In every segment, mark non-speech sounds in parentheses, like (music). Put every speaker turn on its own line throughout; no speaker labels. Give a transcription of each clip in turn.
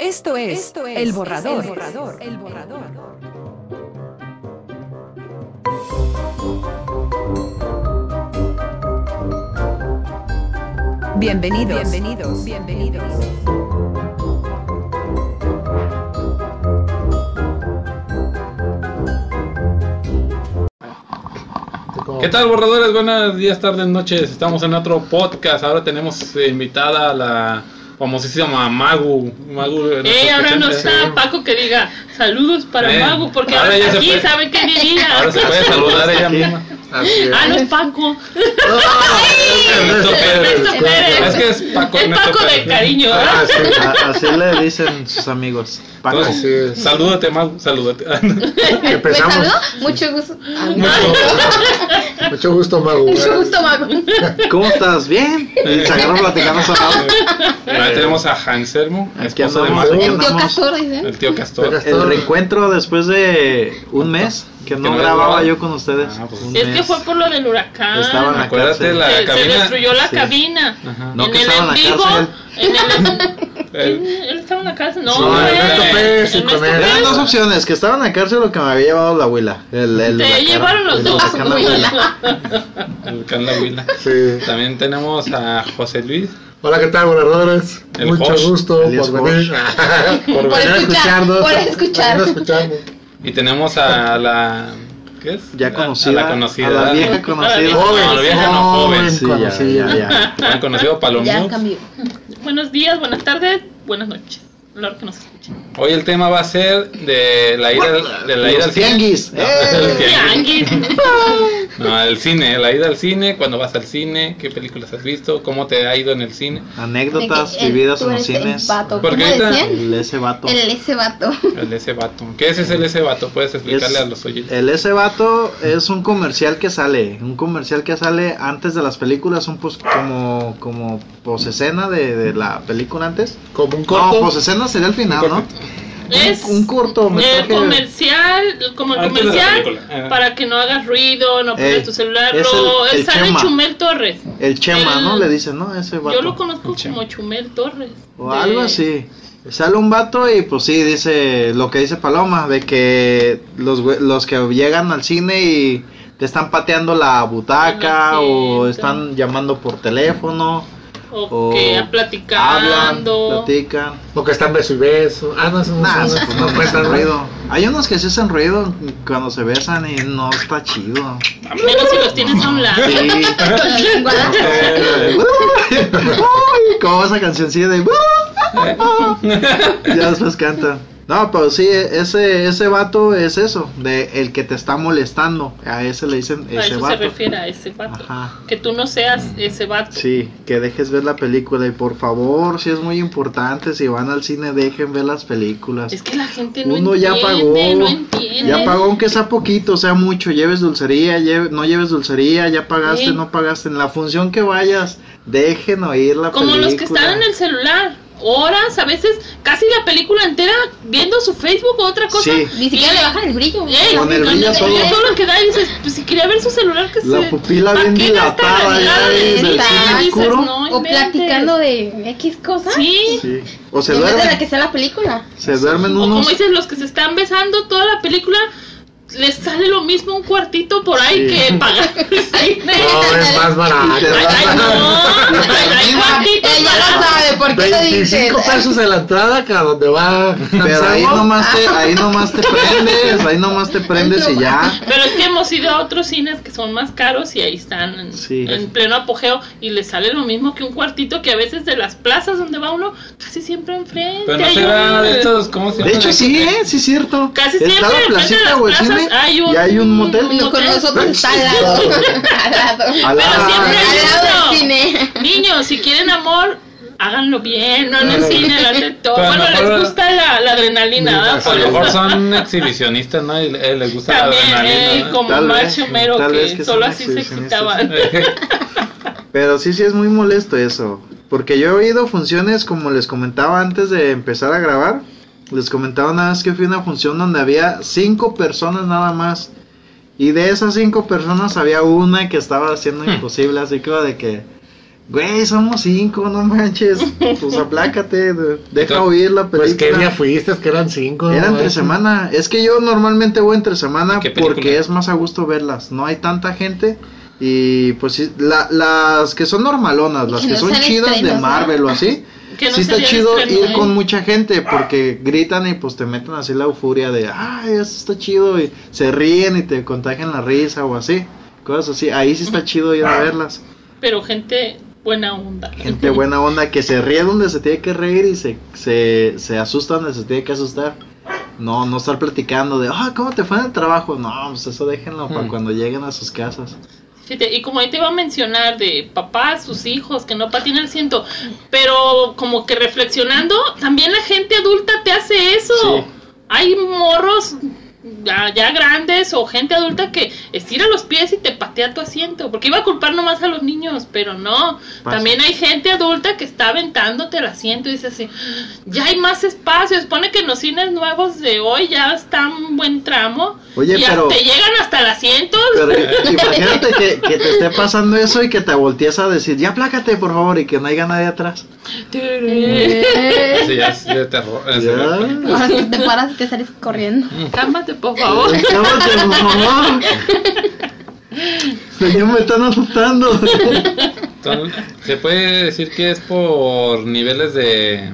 Esto es,
Esto es
el, borrador.
El borrador.
El borrador. Bienvenidos. Bienvenidos. Bienvenidos.
¿Qué tal, borradores? Buenos días, tardes, noches. Estamos en otro podcast. Ahora tenemos eh, invitada a la famosísima Magu. Magu eh,
Eh, ahora no está Paco que diga saludos para
Eh,
Mago, porque
ahora ya se
aquí
puede.
saben que diría.
Ahora se puede saludar ella misma.
Así es.
Ah, no es Paco.
Ernesto Pérez.
Ernesto Pérez.
Es que es Paco
es
Ernesto
Paco de
Pérez.
cariño. ¿verdad?
Ah, sí, a- así le dicen sus amigos. Paco. Eh.
Entonces, Salúdate, Magu. Salúdate.
Empezamos.
¿Me saludo? Mucho gusto. Ah,
Mucho gusto, Mago.
Mucho gusto, Mago.
¿Cómo estás? ¿Bien? Y se agarran platicando a Mago.
Ahora tenemos a Hans Elmo,
Aquí
esposo de
andamos.
Magu.
El tío
andamos.
Castor, dicen.
El tío Castor.
Pero-
El reencuentro después de un mes que no
no
grababa
grababa.
yo con ustedes.
Ah, pues.
Un
Es que
mes.
fue por lo del huracán.
Estaba en la
Acuérdate
cárcel.
la
se, se
cabina.
destruyó la
Sí.
cabina.
Ajá.
No,
en
que
el
estaba
en
en la
vivo.
cárcel.
En el,
El-
él estaba en la cárcel. No,
Sí,
no,
Ernesto
eh,
Pérez y
Ernesto
con él.
Eran
Pérez.
dos opciones, que estaba en la cárcel o que me había llevado la abuela. El, el
Te
huracán,
llevaron los
el
Ah,
dos.
huracán la abuela.
el Can La Huila.
Sí.
También tenemos a José Luis.
Hola, ¿qué tal, borradores?
El
Mucho
Josh,
gusto
alias
por venir.
Por
Por
venir a
escuchar,
escucharnos.
por escuchar.
Venir a escucharnos.
Y tenemos a la. ¿Qué es?
Ya
A-
conocida.
A la conocida.
a la vieja conocida.
Joven. No, la vieja no, joven.
Sí, ya, ya,
(laughs)
ya.
Tan conocido
Ya
Palomino.
cambió.
Buenos días, buenas tardes, buenas noches. A La hora que nos escuchen.
Hoy el tema va a ser de la ida, al- de la ida al
Los
cine.
tianguis. ¡Eh!
Tianguis.
No, el cine, la ida al cine, cuando vas al cine, qué películas has visto, cómo te ha ido en el cine.
Anécdotas
De que, eh,
vividas
tú
en los
eres el
cines.
vato.
Porque
¿Cómo
ahorita-
decían?
El ese vato.
El ese vato.
El ese vato. ¿Qué es ese el ese vato? Puedes explicarle
Es-
a los oyentes.
El ese vato es un comercial que sale, un comercial que sale antes de las películas, un pos- como como posescena de, de la película antes.
Como un
No, pues
corto.
posescena sería al final, ¿no?
Es
Un corto,
el Eh, comercial, como el
Antes de la
comercial,
película. Ah.
para que no hagas ruido, no
Eh,
pongas tu celular.
es
lo-
el-
él
el
sale
Chema.
Chumel Torres.
El Chema,
El-
¿no? Le dicen, ¿no? Ese vato.
Yo lo conozco
El Chema.
como Chumel Torres.
O
de-
algo así. Sale un vato y pues sí, dice lo que dice Paloma, de que los, güe- los que llegan al cine y te están pateando la
Ah,
butaca o
asiento.
están llamando por teléfono.
O
o
que platicando.
Hablan, platican.
Porque están beso y beso. Ah, no, eso no,
Nah,
no,
eso, pues, no cuentan ruido. Hay unos que sí hacen ruido cuando se besan y no está chido.
Ah,
Menos si los tienes a un lado.
(laughs) Sí. eh, Uy, Como esa cancioncilla de. Ya después canta. No, pero sí, ese, ese vato es eso, de el que te está molestando. A ese le dicen
a
ese
eso se
vato.
refiere a ese vato.
Ajá.
Que tú no seas ese vato.
Sí, que dejes ver la película y por favor, si es muy importante, si van al cine, dejen ver las películas.
Es que la gente no
Uno ya
entiende.
pagó,
No entiende.
ya pagó aunque sea poquito, sea mucho, lleves dulcería, lleve- no lleves dulcería, ya pagaste,
Sí.
no pagaste, en la función que vayas, dejen oír la
Como
película.
los que están en el celular. Horas, a veces casi la película entera viendo su Facebook o otra cosa.
Sí.
Ni siquiera le bajan el brillo.
Ey,
Con el
cuando
brillo
te
todo.
brillo lo que da y dices, pues si quería ver su celular que
La
se-
pupila
¿pa'
bien
qué gastan
dilatada,
la
ya
mirada
ves,
de
el
dilatada?
cine
Dices,
oscuro.
no
O
inventes.
platicando de X cosas.
Sí.
Sí. O se
En vez de la
duermen,
que sea la película.
se duermen
O como
unos
dices, los que se están besando toda la película, les sale lo mismo un cuartito por ahí
Sí.
que pagar
(laughs)
el cine.
no, es más barato.
Ay, ay, no. Ay, ay, cuartitos
Ella no
baratos.
sabe por qué lo dice.
25 pesos de la entrada, que a donde va.
Pero ahí nomás te,
Ah.
ahí nomás te prendes, ahí nomás te prendes y ya.
(laughs) Pero es que hemos ido a otros cines que son más caros y ahí están en,
Sí.
en pleno apogeo y les sale lo mismo que un cuartito que a veces de las plazas donde va uno casi siempre enfrente.
Pero no
hay
será
un-
de estos, ¿cómo se
De hecho sí, eh, sí es cierto.
Casi
Está
siempre
la
enfrente de
placita
las
o el
plazas
cine
hay un-
y hay un motel.
un-
No, con nosotros está al lado. (laughs) al lado.
Al lado.
Al lado del cine.
Niños, si quieren amor, háganlo bien, no en el cine, delante de
(laughs)
todo.
Pero a lo
Bueno,
mejor-
les gusta la, la adrenalina, ¿verdad?
A lo mejor son exhibicionistas, ¿no? Y eh, les gusta la
También, eh,
adrenalina. ¿no?
como
Tal vez,
Macho Mero,
tal vez
que,
que
solo
son
así se
exhibicionistas.
excitaban.
Pero sí, sí es muy molesto eso. Porque yo he oído funciones, como les comentaba antes de empezar a grabar. Les comentaba una vez que fui a una función donde había cinco personas nada más.
Hmm.
Y de esas cinco personas había una que estaba haciendo imposible, así como de que. Güey, somos cinco, no manches.
(laughs)
Pues aplácate, de- deja
Entonces,
oír la película.
Pues qué día fuiste, que eran cinco.
Era entre
¿no?
semana. Es que yo normalmente voy entre semana
¿Qué película?
porque es más a gusto verlas. No hay tanta gente. Y pues sí, la- las que son normalonas, las
Que
que
no
son
sean
chidas de
estrenos, ¿no?
Marvel o así.
Que no
sí está
sería
chido
estreno,
ir
¿eh?
con mucha gente porque gritan y pues te meten así la euforia de, ay, eso está chido. Y se ríen y te contagian la risa o así. Cosas así. Ahí sí está chido ir a verlas.
Pero gente buena onda.
Gente buena onda que se ríe donde se tiene que reír y se, se, se asusta donde se tiene que asustar. No, no estar platicando de, ah, ¿cómo te fue en el trabajo? No, pues eso déjenlo para
Hmm.
cuando lleguen a sus casas.
(laughs) Fíjate, y como ahí te iba a mencionar de papás, sus hijos, que no patina el ciento, pero como que reflexionando, también la gente adulta te hace eso.
Sí.
Hay morros ya, ya grandes o gente adulta que estira los pies y te patea tu asiento, porque iba a culpar nomás a los niños, pero no.
Pasa.
También hay gente adulta que está aventándote el asiento y dice así, ya hay más espacio, supone que en los cines nuevos de hoy ya está un buen tramo.
Oye,
y
pero-
te llegan hasta el asiento.
Pero (laughs) imagínate que, que te esté pasando eso y que te voltees a decir, ya plácate por favor, y que no haya nadie atrás.
(laughs)
(laughs)
Sí, ya es de terror. es de
Ya.
terror.
(laughs) Ahora sí te paras y te sales corriendo.
(laughs) Cálmate, por favor.
Cálmate, por favor.
(laughs)
Señor, me
(laughs)
están asustando.
Son- se puede decir que es por niveles de,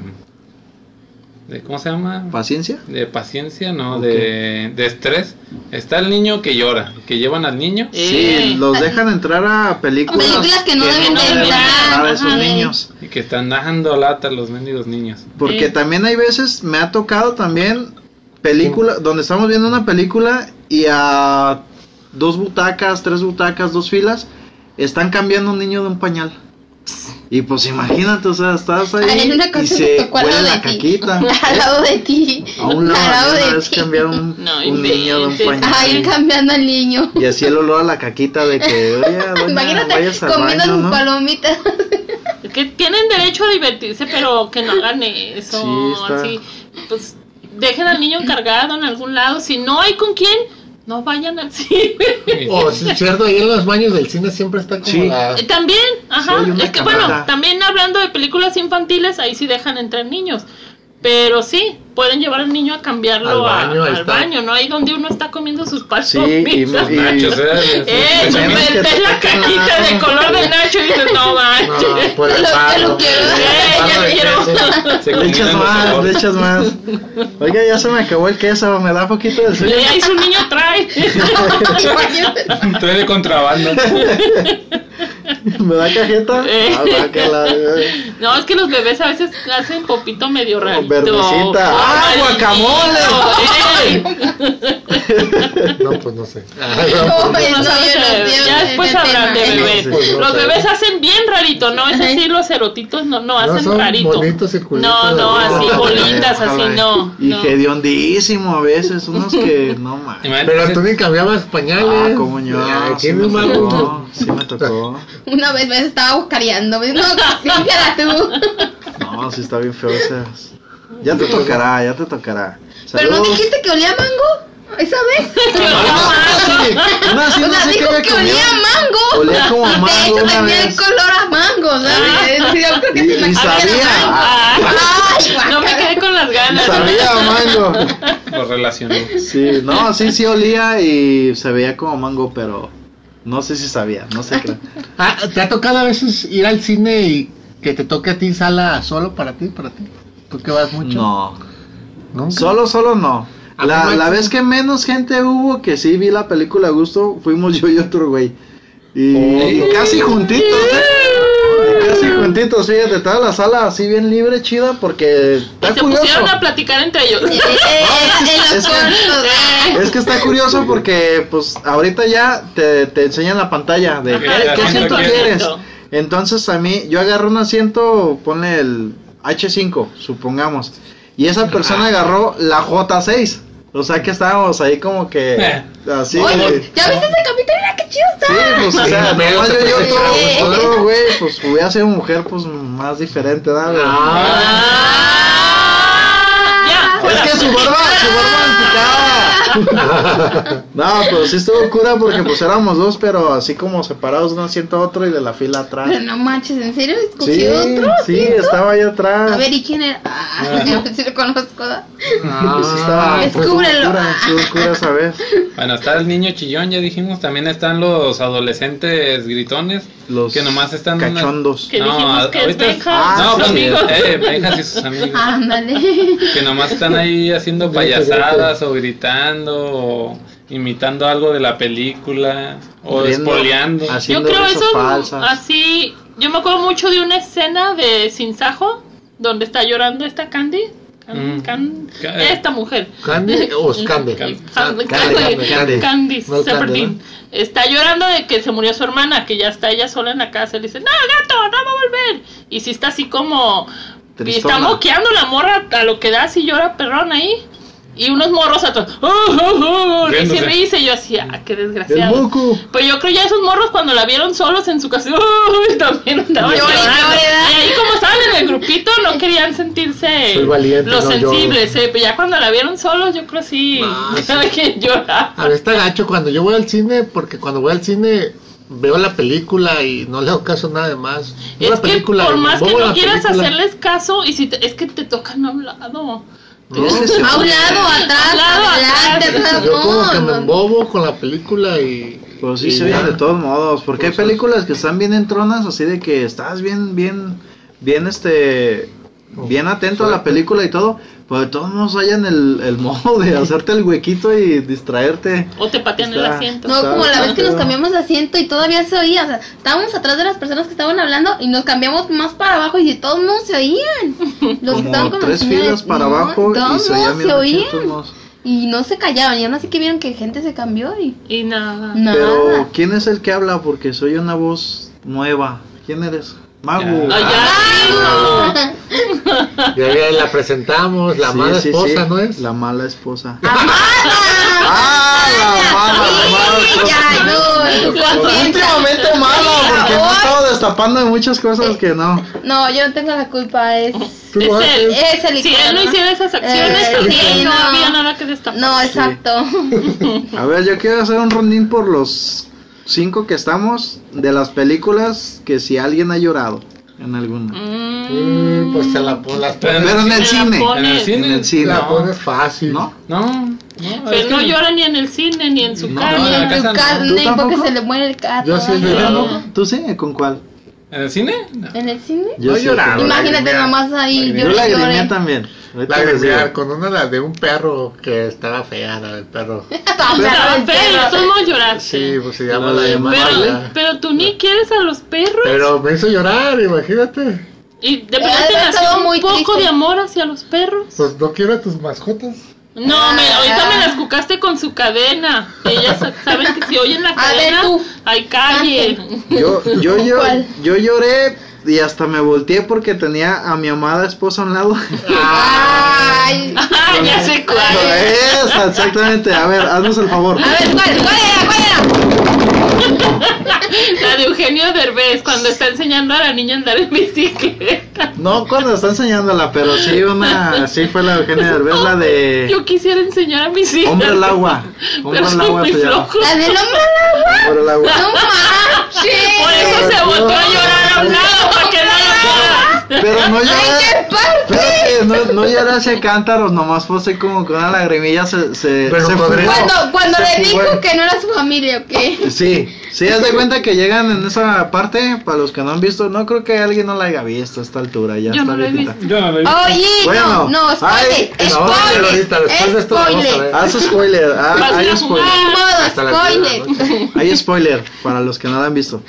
de ¿cómo se llama?
¿Paciencia?
de paciencia, no,
Ok.
de, de estrés. Está el niño que llora, que llevan al niño.
Sí,
Eh.
los dejan entrar a películas,
Películas que no deben
de
entrar
entrar,
a esos
ajá, de-
niños.
Y que están dando lata a los mendigos
(laughs)
niños.
Porque
Sí.
también hay veces, me ha tocado también película, donde estamos viendo una película y a dos butacas, tres butacas, dos filas, están cambiando un niño de un pañal. Y pues imagínate, o sea, estás ahí
Hay una cosa
y
que
se
tocó al
huele
lado
la
de ti.
caquita.
(laughs) Al lado de ti.
A un lado,
al lado
a mí una
de
vez
ti. (laughs)
cambiaron un,
No
un niño de un
inventes.
pañal.
Ay, cambiando al niño.
y así el olor a la caquita de que,
(laughs)
oye, doña,
Imagínate
vayas al
comiendo
baño,
sus
¿no?
palomitas.
Es que tienen derecho a divertirse, pero que no hagan eso.
Sí, está.
Así, pues dejen al niño encargado en algún lado. Si no hay con quién, no vayan al cine.
Y-
Oh, sí, es cierto, ahí en los baños del cine siempre está como
Sí.
la-
Eh, También, ajá.
Soy una
Es que
camarada.
bueno, también hablando de películas infantiles, ahí sí dejan entrar niños. Pero sí, pueden llevar al niño a cambiarlo
Al
a- al
baño, ahí
baño,
está.
¿no? Ahí donde uno está comiendo sus palomitas.
Sí, y,
los
y-
nachos, eh,
Eh,
los
Pues,
me
menos
pequeños.
que te
ves la
toquen
cajita
nada.
de color de Nacho y dices, no
No,
manches.
(laughs)
por el
Lo-
palo,
lo quiero.
por el
Eh, ya
palo de
quiero.
queso.
Se
Le
combinan
echas
los
más, le
sabores.
echas
(laughs)
más. Oiga, ya se me acabó el queso, me da poquito de sueño.
Le ahí su niño trae.
Estoy de
(laughs)
contrabando.
(laughs) ¿Me da cajeta?
Eh.
Ah,
(laughs)
guácala, eh.
No, es que los bebés a veces hacen popito medio rarito.
verdecita. ¡Ah,
Amarillito, ey.
No, pues no sé.
Ah,
No, pues,
No
no,
sé,
yo no sé
ya
de
después
ese
hablan de
tema.
bebés.
No, pues, no
los
sé.
bebés hacen bien rarito, ¿no? Es decir, los erotitos no, no hacen
son
rarito.
bonitos, circulitos.
No, no, así
No,
bolitas, así
Ojalá.
no.
Y
no.
hediondísimo a veces, unos que no mames.
Imagínate
Pero
ese-
tú ni cambiabas pañales.
Ah, como yo.
Ay,
sí
qué
me
malo.
tocó, sí me
(laughs)
tocó.
Una vez me estaba buscareando.
(laughs)
me dijo, No, límpiala tú.
No, sí está bien feo esas. Ya te tocará, ya te tocará.
Pero no
Saludos.
dijiste que olía a mango. ¿Esa vez?
Ah,
Sí, una sí
o
no
sea,
sé qué
dijo
me
que
comió.
olía a mango.
Olía como a
De
mango
hecho,
una
tenía el
vez.
color a mango, ¿sabes? Sí, yo creo que
Y-
sí me
y
comí el
sabía.
mango.
Ah,
Ay, guácala.
no me quedé con las ganas.
Sabía a mango.
Lo relacionó.
Sí, no, sí, sí olía y se veía como mango, pero no sé si sabía, no sé qué.
Ah, ¿Te ha tocado a veces ir al cine y que te toque a ti sala solo para ti, para ti? ¿Tú que vas mucho?
No,
¿Nunca?
solo, solo no.
A mí
La,
me-
la vez que menos gente hubo que sí vi la película a gusto, fuimos yo y otro güey. Y, y
Oh.
casi juntitos, ¿eh? Y Casi juntitos, sí, de toda la sala así bien libre, chida, porque está
Se
curioso.
pusieron (laughs) a platicar entre ellos.
Eh, eh, en los
es que-
cuartos, eh.
Es que está curioso porque, pues, ahorita ya te, te enseñan la pantalla de
Ajá,
"Eh,
la
qué
pantalla
asiento
que-
quieres. Entonces, a mí, yo agarré un asiento, ponle el H5, supongamos. Y esa persona agarró la J6. O sea que estábamos ahí como que
Eh.
así.
Oye, ¿ya viste ese capítulo? Mira qué chido está.
Sí, pues, o sea,
Sí, pero
nomás
se
yo, yo,
puede
todo,
echar a gusto.
todo, güey, pues hubiera sido mujer, pues más diferente, ¿verdad?
Ah,
Ya,
es
fuera.
que su barba, su barba me picaba.
(laughs)
No, pero sí estuvo cura porque pues éramos dos, pero así como separados de un asiento a otro y de la fila atrás.
Pero no manches, ¿en serio? ¿Escogió
Sí,
otro?
sí,
asiento?
estaba ahí atrás.
A ver, ¿y quién era? Ah, yo sí lo conozco.
Pues sí estaba,
Ah,
pues, estuvo
Descúbrelo.
cura, estuvo cura esa
(laughs)
vez.
Bueno, está el niño chillón, ya dijimos. También están los adolescentes gritones.
Los
que nomás están. en una-
cachondos.
Que dijimos que es Ah.
ahorita-
Benja
y
no,
sus
pues,
amigos.
eh, Benjas y sus amigos.
(laughs)
Ándale.
Que nomás están ahí haciendo payasadas o gritando o imitando algo de la película o
Riendo,
espoleando.
Yo
Haciendo
creo
risas
eso
falsas.
así. Yo me acuerdo mucho de una escena de Sin Sajo donde está llorando esta Candy. Can-
Mm.
Can-
Ca-
esta mujer.
¿Candy o Scande?
Can-
Oh, Candy,
Candy,
Candy.
Candy
No, Candy,
Sepertín. Está llorando de que se murió su hermana, que ya está ella sola en la casa. Y le dice, no, gato, no va a volver. Y si está así como... Y
Tristona.
está moqueando la morra a lo que da, así llora perrón ahí. Y unos morros atrás, ¡Oh, oh, oh! Risa y
Riéndose.
risa. Y yo así, ah, qué
El
desgraciado.
buco.
Pues yo creo ya esos morros cuando la vieron solos en su casa, (laughs) ¡uy! también andaban
Llore,
llorando.
llore, ¿verdad?
Y ahí como estaban en el grupito no querían sentirse
Soy valiente,
los
no lloro.
sensibles, eh, pero ya cuando la vieron solos yo creo sí, (laughs)
Ah, sí.
sabe que llora.
A ver, está gacho cuando yo voy al cine, porque cuando voy al cine veo la película y no le hago caso a nada más. Veo
Es
la película,
que por
me
más que
embobo en la
no quieras
película.
hacerles caso y si te- es que te tocan a un lado.
No,
(laughs)
Es que se-
A un lado, atrás,
A un lado,
adelante,
atrás.
atrás,
Yo como que me
no, no.
embobo con la película y...
Pues
y
sí, se
ya.
oyen de todos modos. Porque hay
Pues,
películas que están bien entronas, así de que estás bien, bien, bien, este. Bien atento a la película y todo, pero de todos modos hayan el, el modo de hacerte el huequito y distraerte.
O te patean el
Está.
asiento.
No, como la vez que nos
Claro.
cambiamos de asiento y todavía se oía. O sea, estábamos atrás de las personas que estaban hablando y nos cambiamos más para abajo y de todos modos se oían. Los que
Como
estaban con las
tres
señales,
filas para
no,
abajo y
todos
se oían
modos se
bien
oían. Y no se callaban, y aún así que vieron que gente se cambió y
Y nada.
nada.
Pero, ¿quién es el que habla? Porque soy una voz nueva. ¿Quién eres? Mago.
Ay,
Ah,
ya, hijo.
(laughs)
Ya, ya la presentamos, la
Sí,
mala
sí,
esposa,
sí,
¿no es?
La mala esposa.
(laughs) ¡Amada!
¡Ah,
¡Ya, no! lo siento.
Últimamente mala, porque me he estado destapando de muchas cosas que no.
No, yo no tengo la culpa, es...
Tú
Es Eh.
haces-
él.
Es el
Si él no
icono.
hiciera esas acciones,
Eh,
también
sí,
no
no.
había nada que destapar.
No, exacto.
A ver, yo quiero hacer un rondín por los cinco que estamos de las películas que si alguien ha llorado en alguna.
Mm.
Mm, pues te la, pon- las
Pero-
pones,
Pero en el
la
cine.
pon-
En el cine.
En el cine.
la
no.
pones fácil.
¿No?
No, no, es
Pero no
que-
llora ni en el cine, ni en su
No,
casa.
no, en la casa
En tu
no.
casa,
¿Tú
no, porque
tampoco?
se le muere el gato.
Yo sí,
ay,
yo
¿Tú
no.
tampoco? ¿Tú sí? ¿Con cuál?
¿En el cine? No.
¿En el cine?
Yo
sí,
lloraba.
con-
Imagínate
lagrimea.
nomás ahí,
Yo
yo
la
lloré. (laughs)
también. Ahorita
La
les digo.
de con una la de un perro que estaba fea, la del perro.
Pero, pero, tú no lloraste.
Sí, pues se llama
La
la
de
de
pero,
Mala.
pero tú ni quieres a los perros.
Pero me hizo llorar, imagínate.
y de
Eh,
repente
está
nació
todo
un
muy
poco
triste.
de amor hacia los perros.
Pues no quiero a tus mascotas.
No,
Ah.
me, ahorita me las cucaste con su cadena. Ellas saben que si oyen la
(laughs) A ver,
cadena,
tú.
hay calle.
Yo,
(laughs)
yo, yo,
¿Cuál?
yo lloré y hasta me volteé porque tenía a mi amada esposa a un
(laughs)
lado. (laughs)
Ay.
(laughs) Ah, ya sé cuál.
Esa, exactamente. A ver, haznos el favor.
A ver, ¿cuál, cuál era? ¿Cuál
La de Eugenio Derbez, cuando está enseñando a la niña a andar en bicicleta.
No cuando está enseñándola, pero sí una, sí fue la de Eugenia Derbez, la de
Yo quisiera enseñar a mis hijas.
Hombre al agua. Hombre
Pero
al
son
agua
muy
se llama.
flojos.
era? La del hombre al agua.
Hombre al agua.
No
Por
manches.
eso se volvió a llorar a un lado, para que no
(laughs)
llorara.
Pero no
Ay,
lloré.
qué padre.
Espérate, no, no lloré hacia cántaros, nomás fue así como que una lagrimilla se, se,
Pero
se
podré-
fugó.
Cuando, cuando
Se
le
fugó.
dijo que no era su familia, ¿o qué?
Sí, sí, haz de cuenta que llegan en esa parte, para los que no han visto, no creo que alguien no la haya visto a esta altura, ya
Yo
está
no la he
viejita.
Yo no lo he visto.
Oye,
Bueno,
no, no, spoiler,
ay,
no,
spoiler,
ahorita, después de esto la vamos a
spoiler.
ver.
Haz spoiler, ah,
(laughs) Vas a ir
hay
a
spoiler.
jugar.
Ni modo,
Hasta la
spoiler.
diez de la
Hay spoiler para los que no la han visto.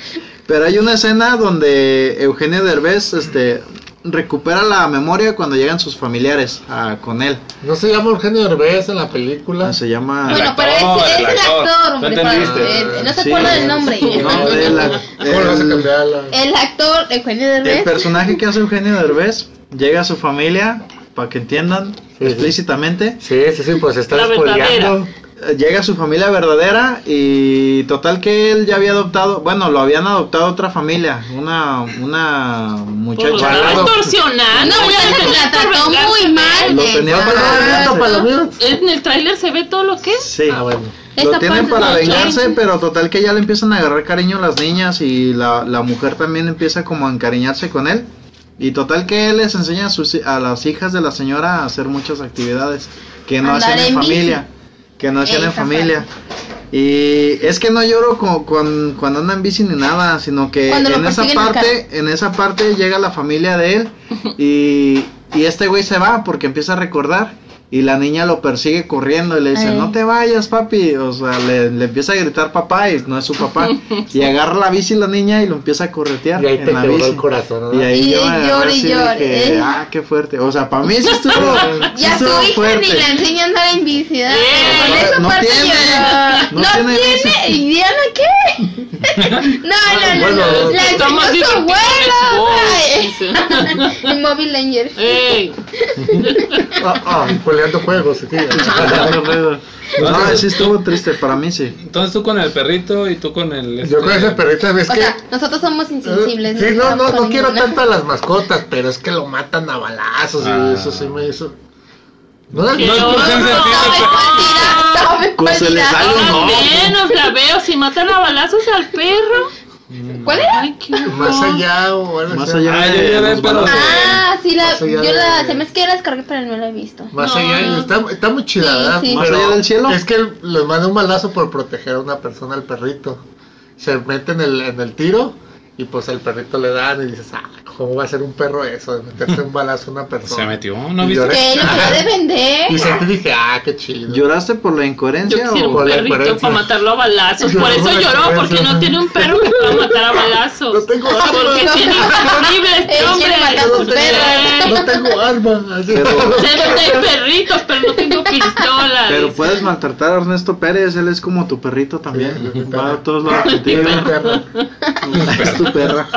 Pero hay una escena donde Eugenio Derbez este, recupera la memoria cuando llegan sus familiares ah, con él.
No se llama Eugenio Derbez en la película.
Ah, se llama.
El
Bueno, pero
actor,
es, es
el
el
actor.
actor, hombre,
¿No entendiste?
para- eh, no se
Sí.
acuerda del nombre.
No, de la-
¿Cómo le vas a
el,
cambiar a la-
El actor Eugenio
el
Derbez.
personaje que hace Eugenio Derbez llega a su familia, para que entiendan
sí.
explícitamente.
Sí, sí, sí, pues está
La
spoileando.
Eh, Llega a su familia verdadera y total que él ya había adoptado, bueno, lo habían adoptado otra familia, una, una
Por lo
muchacha.
estaba
Chavalado.
Pues, extorsionando.
Ah, No,
ya
muchacha que
tenía
la
por
trató
vengarse
muy
de él.
mal. eh. Ah,
Los tenía
venganza.
Ah,
para vengarse.
En el tráiler se ve todo lo que es.
Sí.
Ah, bueno.
Lo
Esa
tienen
parte
para
no,
vengarse,
claro.
pero total que ya le empiezan a agarrar cariño las niñas y la, la mujer también empieza como a encariñarse con él. Y total que él les enseña a, sus, hi- a las hijas de la señora a hacer muchas actividades que no
Andar
hacían en
en bici.
familia. Que no hacían en
Esa
familia. Y es que no lloro con, con- cuando andan en bici ni nada, sino que
Cuando lo
en esa
persiguen en
parte, en esa parte llega la familia de él y, y este güey se va porque empieza a recordar y la niña lo persigue corriendo y le dice,
Ay.
no te vayas papi, o sea, le, le empieza a gritar papá y no es su papá y
(laughs)
agarra la bici la niña y lo empieza a corretear
Y ahí
en
te
la
quebró
bici.
el corazón, ¿no?
Y ahí
Y
yo me
llore,
agarré así y
llore,
dije,
eh.
ah, qué fuerte. O sea, para mí sí
(laughs)
estuvo, sí
Ya su
estuvo
hija
fuerte.
ni la enseña a andar en bici, ¿verdad?
Eh,
Con esa
no
parte
tiene,
lloró.
no
No,
tiene
tiene.
bici.
¿Y Diana
(laughs)
qué? no, no, no,
Bueno,
no. La
Está
enseñó
más
su
divertido que el
(laughs) abuelo. El móvil Ranger.
Ey,
Ah, ah, peleando
(laughs)
juegos aquí.
No, sí estuvo triste, para mí sí.
Entonces tú con el perrito y tú con el...
Yo con
este,
esa perrita, ¿ves
O
que
sea, nosotros somos
Eh,
insensibles.
Sí, no, no,
estamos
no
con
quiero
ninguna.
tanto a las mascotas, pero es que lo matan a balazos
Ah.
y eso sí me eso. No, no,
qué
es
no,
por
horror.
ser
¿Sabe cuál dirá? ¿Sabe
Pues
cuál
se le
dirá?
sale un
Ahora
ojo.
menos la veo si matan a balazos al perro.
¿Cuál era?
Ay, qué horror.
más allá o algo
Más
así.
allá
Ah,
de
ya, ya,
los
ya, pero-
balazos.
Ah, sí, la,
Más allá
yo la,
de-
se me es que yo la descargué, pero no la he visto.
Más
No,
allá,
no.
está, está muy chida,
Sí,
¿verdad?
sí.
Más allá del cielo.
Es que les manda un balazo por proteger a una persona al perrito. Se mete en el, en el tiro y pues al perrito le dan y dices, ah, ¿cómo va a ser un perro eso de meterse un balazo a una
Ah.
persona?
Se metió, ¿no
Y
viste?
lloré.
Que lo quería
(laughs)
defender.
Y sentí dije, ah, qué chido.
¿Lloraste por la
Yo
incoherencia
quisiera
o
un
Por la
perrito
diferencia.
para matarlo a balazos. Por eso
Por la
lloró, porque
diferencia.
no tiene un perro que pueda matar a balazos.
No tengo
(laughs) Porque
armas. (laughs)
tiene horrible este
Él quiere matar a sus
hombre.
perros.
Sí.
No tengo armas.
Pero-
Sé que hay perritos, pero no tengo pistolas.
Pero puedes maltratar a Ernesto Pérez, él es como tu perrito también.
Sí,
Va a todos lados
(laughs)
Y
contigo.
no hay perro. (laughs)
Es tu perra.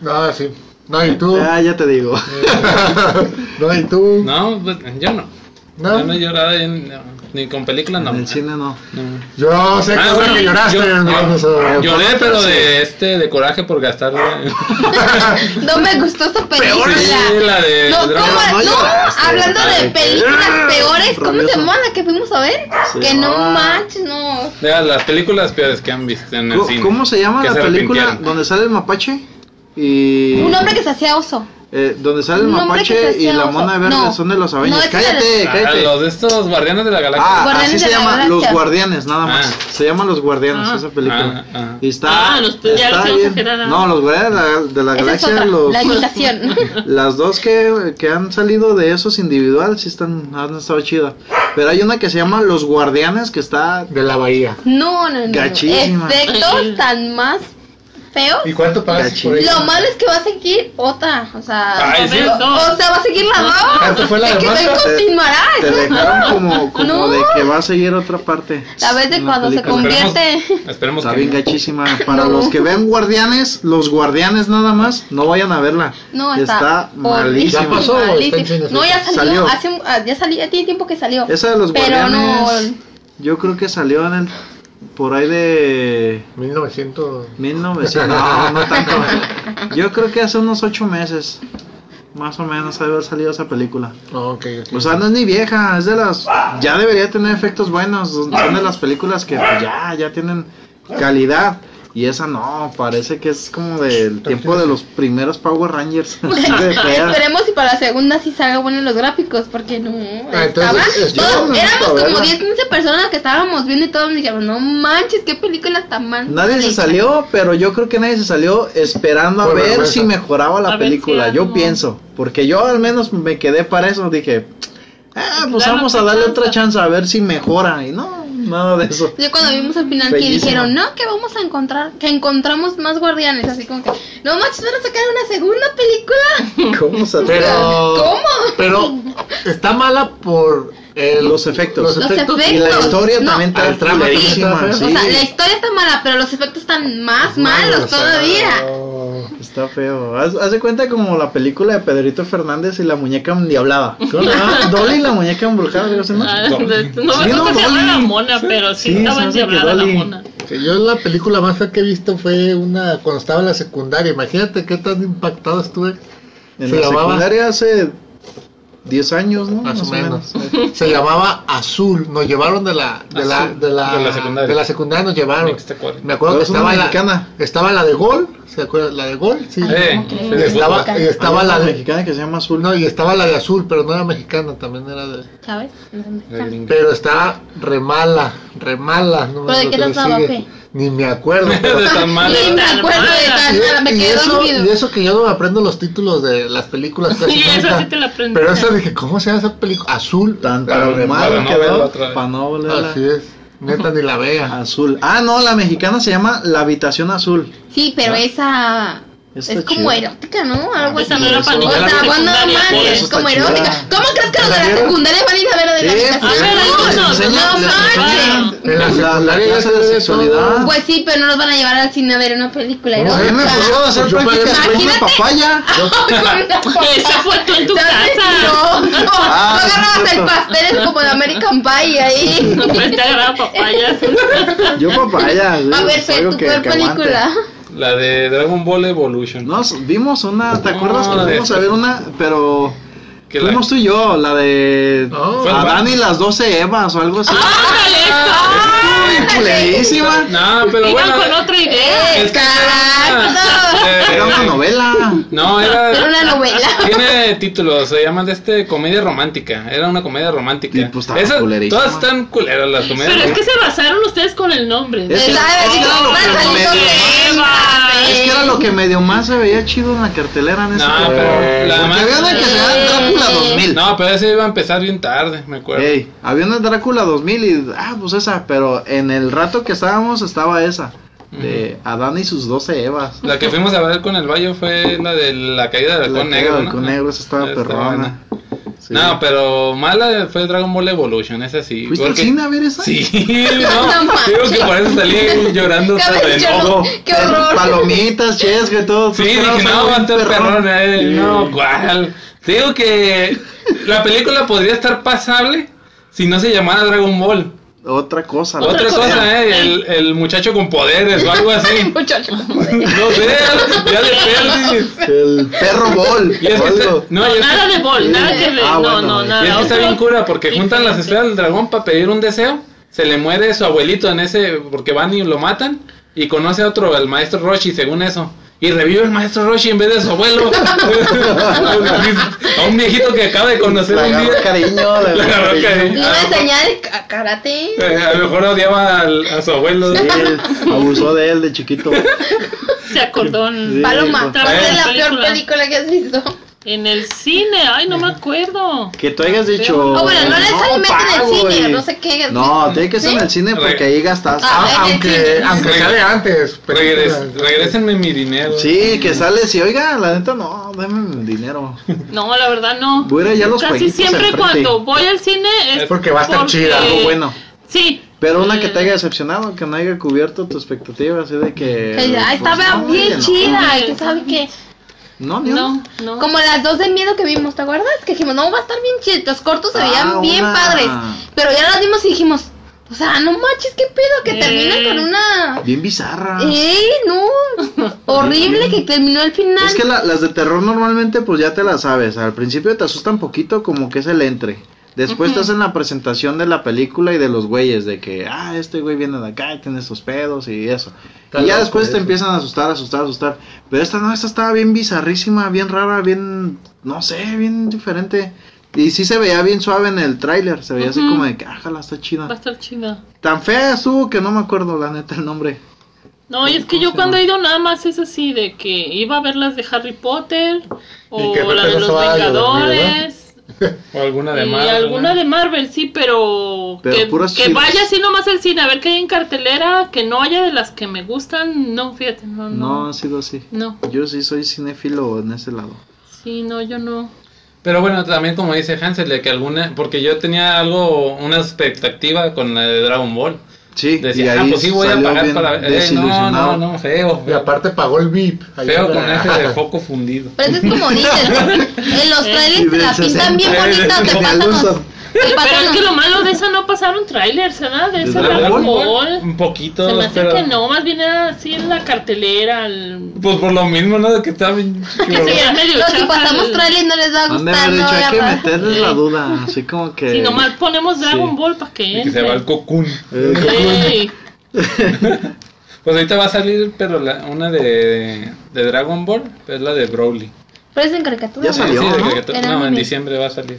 No, Ah, sí. No, y tú.
Ah, ya te digo.
(laughs) No, y tú.
No, pues, yo no.
No.
Yo no he llorado en- no, ni con película, no.
En el cine no.
No.
Yo sé que
Ah,
ahora
bueno,
que lloraste.
yo-
no,
yo-
no sé.
Lloré, pero de este, de coraje por gastar.
Ah. (laughs)
No me gustó esta película.
Sí, la de
No,
Dragon
¿cómo?
Ball.
no, hablando de
Ay,
películas peores, ¿cómo se
rabioso.
llama la que fuimos a ver?
Se
que no
llamaba-
manches, no.
De las películas peores que han visto en el
Co-
cine.
¿Cómo se llama
Que
la película
arrepintieron.
donde sale el mapache? Y
Un hombre que se hacía oso.
eh, donde sale el
un hombre que
mapache
se
y la
hacía
mona
oso.
verde
No.
son de los Avengers.
No, ese
cállate,
Ah,
cállate.
los de estos guardianes de la galaxia.
Ah, así
Guardianes de
se
la
llama
Galaxia.
Los Guardianes, nada más.
Ah.
Se llama Los Guardianes
Ah.
esa
Ah,
película.
ah.
Y está,
Ah, no, usted ya lo
está
hizo
bien.
exagerada.
No, Los Guardianes de la, de la
Esa es
Galaxia,
otra,
los,
la imitación. (laughs)
las dos que, que han salido de esos individuales sí están, han estado chidas. Pero hay una que se llama Los Guardianes que está
De la bahía.
No, no, no.
Gachísima.
Efectos tan más feos.
¿Y cuánto pagas por
Lo
ella?
malo es que va a seguir otra, o sea,
Ay, sí.
o, o sea, va a seguir la
¿Esta fue la
nueva. Es que
demanda?
no continuará.
Te dejaron como, como
No.
de que va a seguir otra parte.
La vez de
En
cuando se
película.
Ah,
convierte.
Esperemos-
convierte.
Esperemos
Está
que
bien
no.
gachísima. Para
No.
los que ven guardianes, los guardianes nada más, no vayan a verla.
No,
está,
está,
malísima.
Ya pasó.
malísima.
o está en cines?
No, ya salió,
Salió.
Hace, un- ah, ya salió, ya tiene tiempo que salió.
Esa de los
Pero no,
guardianes. Yo creo que salió en el por ahí de
1900.
1900. No, no tanto. Yo creo que hace unos ocho meses. Más o menos ha de haber salido esa película.
Oh, ok, ok.
O sea, no es ni vieja, es de las. Ya debería tener efectos buenos. Son de las películas que pues, ya, ya tienen calidad. Y esa no, parece que es como del tiempo de los primeros
(laughs)
Power Rangers. Así de fea.
Esperemos si para la segunda sí salga bueno los gráficos, porque no.
Ah,
estaba-
entonces, es-
yo no
todos, éramos
necesito verla.
como 10, 15 personas que estábamos viendo y todos me dijeron, no manches, qué película tan mal.
Nadie se
hecha".
salió, pero yo creo que nadie se salió esperando a
Por
ver
vergüenza.
si mejoraba la
A ver si
película. yo
algo.
pienso, porque yo al menos me quedé para eso. Dije, ah, pues
Dale
vamos a
otra
darle
chance.
otra chance a ver si mejora. Y no, nada de
(laughs)
eso.
Yo cuando vimos al final que
Bellísimo.
dijeron, no, que vamos a encontrar, que encontramos más guardianes, así como que, no manches, van a sacar una segunda película.
¿Cómo se atreve?
Pero.
¿Cómo?
Pero está mala por. eh,
Los efectos.
Los
Los
efectos.
Y la
efectos.
historia
No.
también está
El trama también está
culerísima,
feo.
sí.
O sea, la historia está mala, pero los efectos están más
Malos,
malos
o sea,
todavía.
no.
Está feo. Haz, haz de cuenta como la película de Pedrito Fernández y la muñeca endiablada. ¿Cómo se llama? Dolly y la muñeca embrujada, algo así, ¿no?
Ah, de- No me
Sí,
acuerdo
no,
que se llama la
Dolly.
mona, pero sí,
Sí,
estaba
se me hace que
endiablada la
Dolly.
mona.
Sí, Yo la película más fea que he visto fue una cuando estaba en la secundaria. Imagínate qué tan impactado estuve.
En
Se
la
llamaba-
secundaria hace 10 años, ¿no?
Más o menos.
menos.
Se llamaba Azul. Nos llevaron de la de la
Azul.
de la,
De la secundaria.
de la secundaria nos llevaron.
Mixta cuadra.
Me acuerdo
Pero
que
es una
estaba la
mexicana.
estaba la de gol, ¿se acuerdan? La de gol, sí.
Eh,
¿cómo
sí,
Y
crees?
de
estaba
fútbol.
y estaba
Hay
la
una
de
mexicana que se llama Azul.
Ah, no, y estaba la de azul, pero no era mexicana, también era de
¿Sabes? No sé dónde
La
está.
gringa.
pero estaba re mala, re mala, no me
¿Pero de
acuerdo
qué
qué le
trataba,
sigue.
o qué?
Ni me
(laughs)
acuerdo. pero-
De tan mal.
Ni me acuerdo de tal, nada, Ah, me
y,
quedé
eso,
dormido.
y eso que yo no me aprendo los títulos de las películas
(laughs)
casi
Sí, esa
nunca.
sí te la aprendí.
Pero esa dije, ¿cómo se llama esa película? Azul.
Tan
Pero de
traumado
para no
que
verla
veo,
otra vez.
para no volverla.
Así es. Neta ni la vea.
Azul. Ah, no, la mexicana se llama La Habitación Azul.
Sí, pero esa.
Ah. Está
es como
chida.
erótica, ¿no? Algo así.
Esa no era para
o
niños de
sea, cuando
secundaria.
man,
Por
eso
es
está
como
chida.
erótica. ¿Cómo crees que los de la
¿Vieron?
secundaria van a ir a ver de
Sí, pues,
la
Ah, no,
habitación?
no,
No, no,
no,
manches.
En la
La-
secundaria
la
ya
clase
se
de
ve
sexualidad.
todo.
Pues sí, pero no los van a llevar al cine a ver una película
No,
A mí
erótica.
me pusieron
(laughs)
Yo
a Pues hacer
pagué
prácticas con una
imagínate.
papaya.
Esa fue tú en tu
¿Sabes?
casa.
No, no,
Ah,
no
sí,
agarrabas el
cierto.
pastel es como de American
(laughs)
Pie (laughs) ahí.
No, pero te agarraba papayas.
Yo papaya.
A
digo,
ver,
es
Fer,
algo
tu
que-
peor
que aguante.
película.
La de Dragon Ball Evolution.
Nos vimos una, ¿te
No,
acuerdas
la
que
de-
fuimos a ver una? Pero
Ah, Que la-
fuimos tú y yo, la de
Oh.
Adán y las 12 Evas o algo así.
Ah,
¡Ándale!
Uy, culerísima.
Ah, No, pero
Iban
bueno.
con otra idea.
es que
Exacto.
(laughs) eh,
Era una novela.
No, era.
Era
(laughs)
una novela.
Tiene títulos, se llaman de este comedia romántica. Era una comedia romántica.
Y, pues, estaba
Esas-
culerísima.
todas están culeras las comedias.
Pero es que se basaron ustedes con el nombre.
Es que-
¿Sabes?
es que era lo que
Vas al
me-
toque.
Es que era lo que medio más se veía chido en la cartelera en ese
No,
tiempo.
pero la
Porque
más-
había una que se llama Drácula
Eh.
2000.
No, pero ese iba a empezar bien tarde, me acuerdo.
Ey, había una Drácula 2000 y, ah, pues esa, pero en el rato que estábamos estaba esa, de Adán y sus 12 Evas.
La que fuimos a ver con (laughs) el Bayo fue la de la caída del
La
halcón
que
negro.
era
¿no?
Halcón negro, esa estaba perrona.
buena.
Sí.
No, pero mala fue Dragon Ball Evolution, esa sí.
¿Fuiste al
porque-
cine a ver esa?
Sí, (laughs) no.
No manches.
digo que por eso salí llorando
Cada
hasta de
vez yo
enojo.
Ojo,
(laughs) ¡Qué horror!
Palomitas, chesca y todo.
Sí,
Tú esperabas
dije, no,
algo
va a
bien
estar perrón, eh.
Sí.
No, cuál. Te digo que la película podría estar pasable si no se llamara Dragon Ball.
Otra cosa. la
Otra, cosa, eh, el, el muchacho con poderes o algo así.
Muchacho.
No sé, ya le perdí.
El perro bol.
(laughs) Y es que está-
Algo.
no, y es que-
nada de bol, nada que ver.
Ah,
no,
y
no,
bueno, y
es
nada.
que está bien cura porque juntan las
Diferente.
esferas del dragón para pedir un deseo. Se le muere su abuelito en ese porque van y lo matan y conoce a otro, el maestro Roshi, según eso. Y revive el maestro Roshi en vez de su
(laughs)
abuelo. (laughs) a un viejito que acaba de conocer
Le
un
agarró
día. (laughs)
cariño. le
Le
agarró
agarró
cariño.
Le
cariño.
iba a enseñar el ca- karate.
Eh, a lo mejor odiaba al- a su abuelo.
Sí, él abusó de él de chiquito.
Se acordó en,
Sí.
Paloma,
Otra
¿cuál
vez
es la
la
peor
película.
película que has visto?
en el cine. Ay, no me acuerdo.
Que tú hayas dicho.
Ah, bueno, no necesariamente en el
pago,
cine,
güey.
no sé qué.
No, tiene que ser en el cine porque ahí gastas.
Ah.
A-
en el
aunque
cine.
Eh, aunque sea de antes. películas.
Regres- regrésenme mi dinero.
Sí, que sales y oiga, la neta no, dame mi dinero.
No, la verdad no.
Voy a ir allá a los
Casi
jueguitos
siempre
enfrente.
cuando voy al cine es
Es porque va a estar
porque-
chida,
Algo bueno.
Sí.
Pero una que te
Eh.
haya decepcionado, que no haya cubierto tu expectativa, así de que.
Que ya
pues,
ah, estaba
no,
bien
oye, no.
chida, y que sabe qué.
No, ni
No,
una.
no.
Como las dos de miedo que vimos, ¿te acuerdas? Que dijimos, no, va a estar bien chido. Los cortos se
Ah,
veían bien
una.
padres. Pero ya las vimos y dijimos, o sea, no manches, qué pedo, que
Eh.
termina con una.
Bien bizarra.
¡Eh,
(laughs)
no! Horrible que terminó el final.
Es que la- las de terror normalmente pues ya te las sabes. Al principio te asustan poquito como que es el entre. Después te hacen la presentación de la película y de los güeyes, de que, ah, este güey viene de acá y tiene estos pedos y eso.
Está
y ya
loco
después te
eso.
empiezan a asustar, asustar, asustar. Pero esta no, esta estaba bien bizarrísima, bien rara, bien, no sé, bien diferente. Y sí se veía bien suave en el tráiler, se veía así
Ujú.
como de que, ah, jala, está
Va a
chida.
estar chida.
Tan fea estuvo que no me acuerdo la neta el nombre.
No, y es que yo cuando he ido nada más es así de que iba a ver las de Harry Potter o
que
la de
Pepe no
los
se va a dormir,
Vengadores
O alguna de
y
más.
alguna de Marvel, sí, pero,
Pero
que,
puras
que
chidas.
vaya así nomás al cine a ver qué hay en cartelera, que no haya de las que me gustan, no, fíjate, no,
No,
no.
ha sido así.
No,
Yo sí soy cinéfilo en ese lado.
sí, no, yo no.
Pero bueno, también como dice Hansel, de que alguna. Porque yo tenía algo, una expectativa con la de Dragon Ball.
Sí, y
Decía, ah,
ahí
pues sí voy a
salió
pagar
bien
para ver. Eh, no,
desilusionado.
no, no, feo.
Y aparte pagó el VIP. Ahí
Feo
era-
con ese de foco
(laughs)
fundido.
(laughs)
Pero eso es como dices, en los
Sí,
trailers te la
del
pintan bien
60.
bonita, te
Como
pasan los, (laughs)
Luzon.
El
Pero
patrón
es que lo malo de esa no pasaron trailers, ¿verdad? De esa
¿De
era
Dragon
alcohol.
Un poquito.
Se me hace
pero-
que no, más bien era así en la cartelera. el-
Pues por lo mismo, ¿no? De que está bien.
(laughs) Que se veía medio
Los que
chafa
pasamos
el-
trailers no les va a
Han de
gustar,
haber
no
dicho, hay
Ya
que
pa-
meterles la duda, así como que...
Si nomás ponemos Dragon Ball para que
Y que se va al
entre.
cocoon.
Eh,
(laughs)
Ey,
Pues ahorita va a salir, pero la, una de, de Dragon Ball, es la de Broly.
Pero es en caricatura.
Ya
¿no?
salió,
Sí, de
¿no?
caricatura.
Era
No, en
anime.
diciembre va a salir.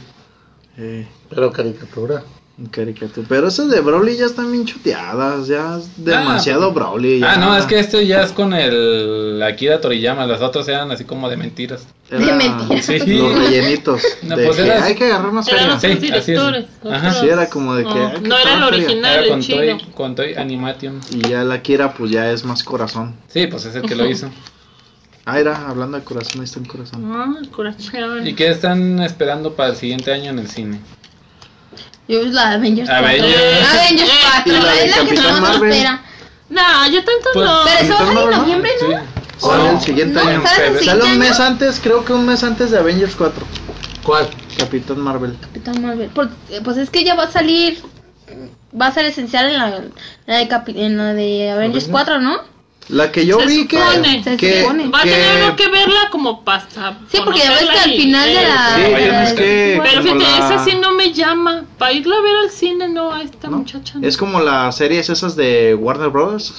eh,
Pero caricatura.
en caricatura. Pero esas de Broly ya están bien chuteadas, ya es demasiado
Ah,
Broly. ya.
Ah, no, es que este ya es con el Akira Toriyama. Las otras eran así como de mentiras.
Era
De mentira.
Sí.
Los rellenitos.
(laughs) No,
de
pues
que
eras-
hay que agarrar más
Eran
feria.
los
Sí,
tres
así es.
directores.
Ajá.
otros-
Sí, era como de que,
No,
ah, que
no era el
estaba feria.
original,
Era
el
con
chino.
Toy, con Toy Animation.
Y ya la Kira pues ya es más corazón.
Sí, pues es el
(laughs)
que lo hizo.
Ah, era hablando de corazón, ahí está un corazón.
Ah, el corazón.
¿Y qué están esperando para el siguiente año en el cine?
Yo la Avengers 4.
Avengers.
Avengers
Eh,
4.
y la de
Es la que
Capitán
todo nos
Marvel.
espera.
No, yo tanto
Pues-
no.
Pero eso va a salir en
Capitán
noviembre,
Sí.
¿no?
Sale
Oh.
el siguiente
No,
año.
sale
Sale
el
un
siguiente
mes
año.
antes, creo que un mes antes de Avengers 4.
¿Cuál?
Capitán Marvel.
Capitán Marvel. Por- eh, pues es que ya va a salir. Va a ser esencial en la, en la de, Capi- en la de Avengers 4, ¿no?
La que yo
Se
vi que,
supone.
que,
Se supone.
Va a tener
que-
uno que verla como pasa.
Sí, porque ya ves que al final de la.
Sí,
de la-
es que
eh, Pero
como
fíjate,
la-
esa sí no me llama. Para irla a ver al cine, no, a esta
¿no?
muchacha. no.
Es como las series esas de Warner
(laughs)
Brothers.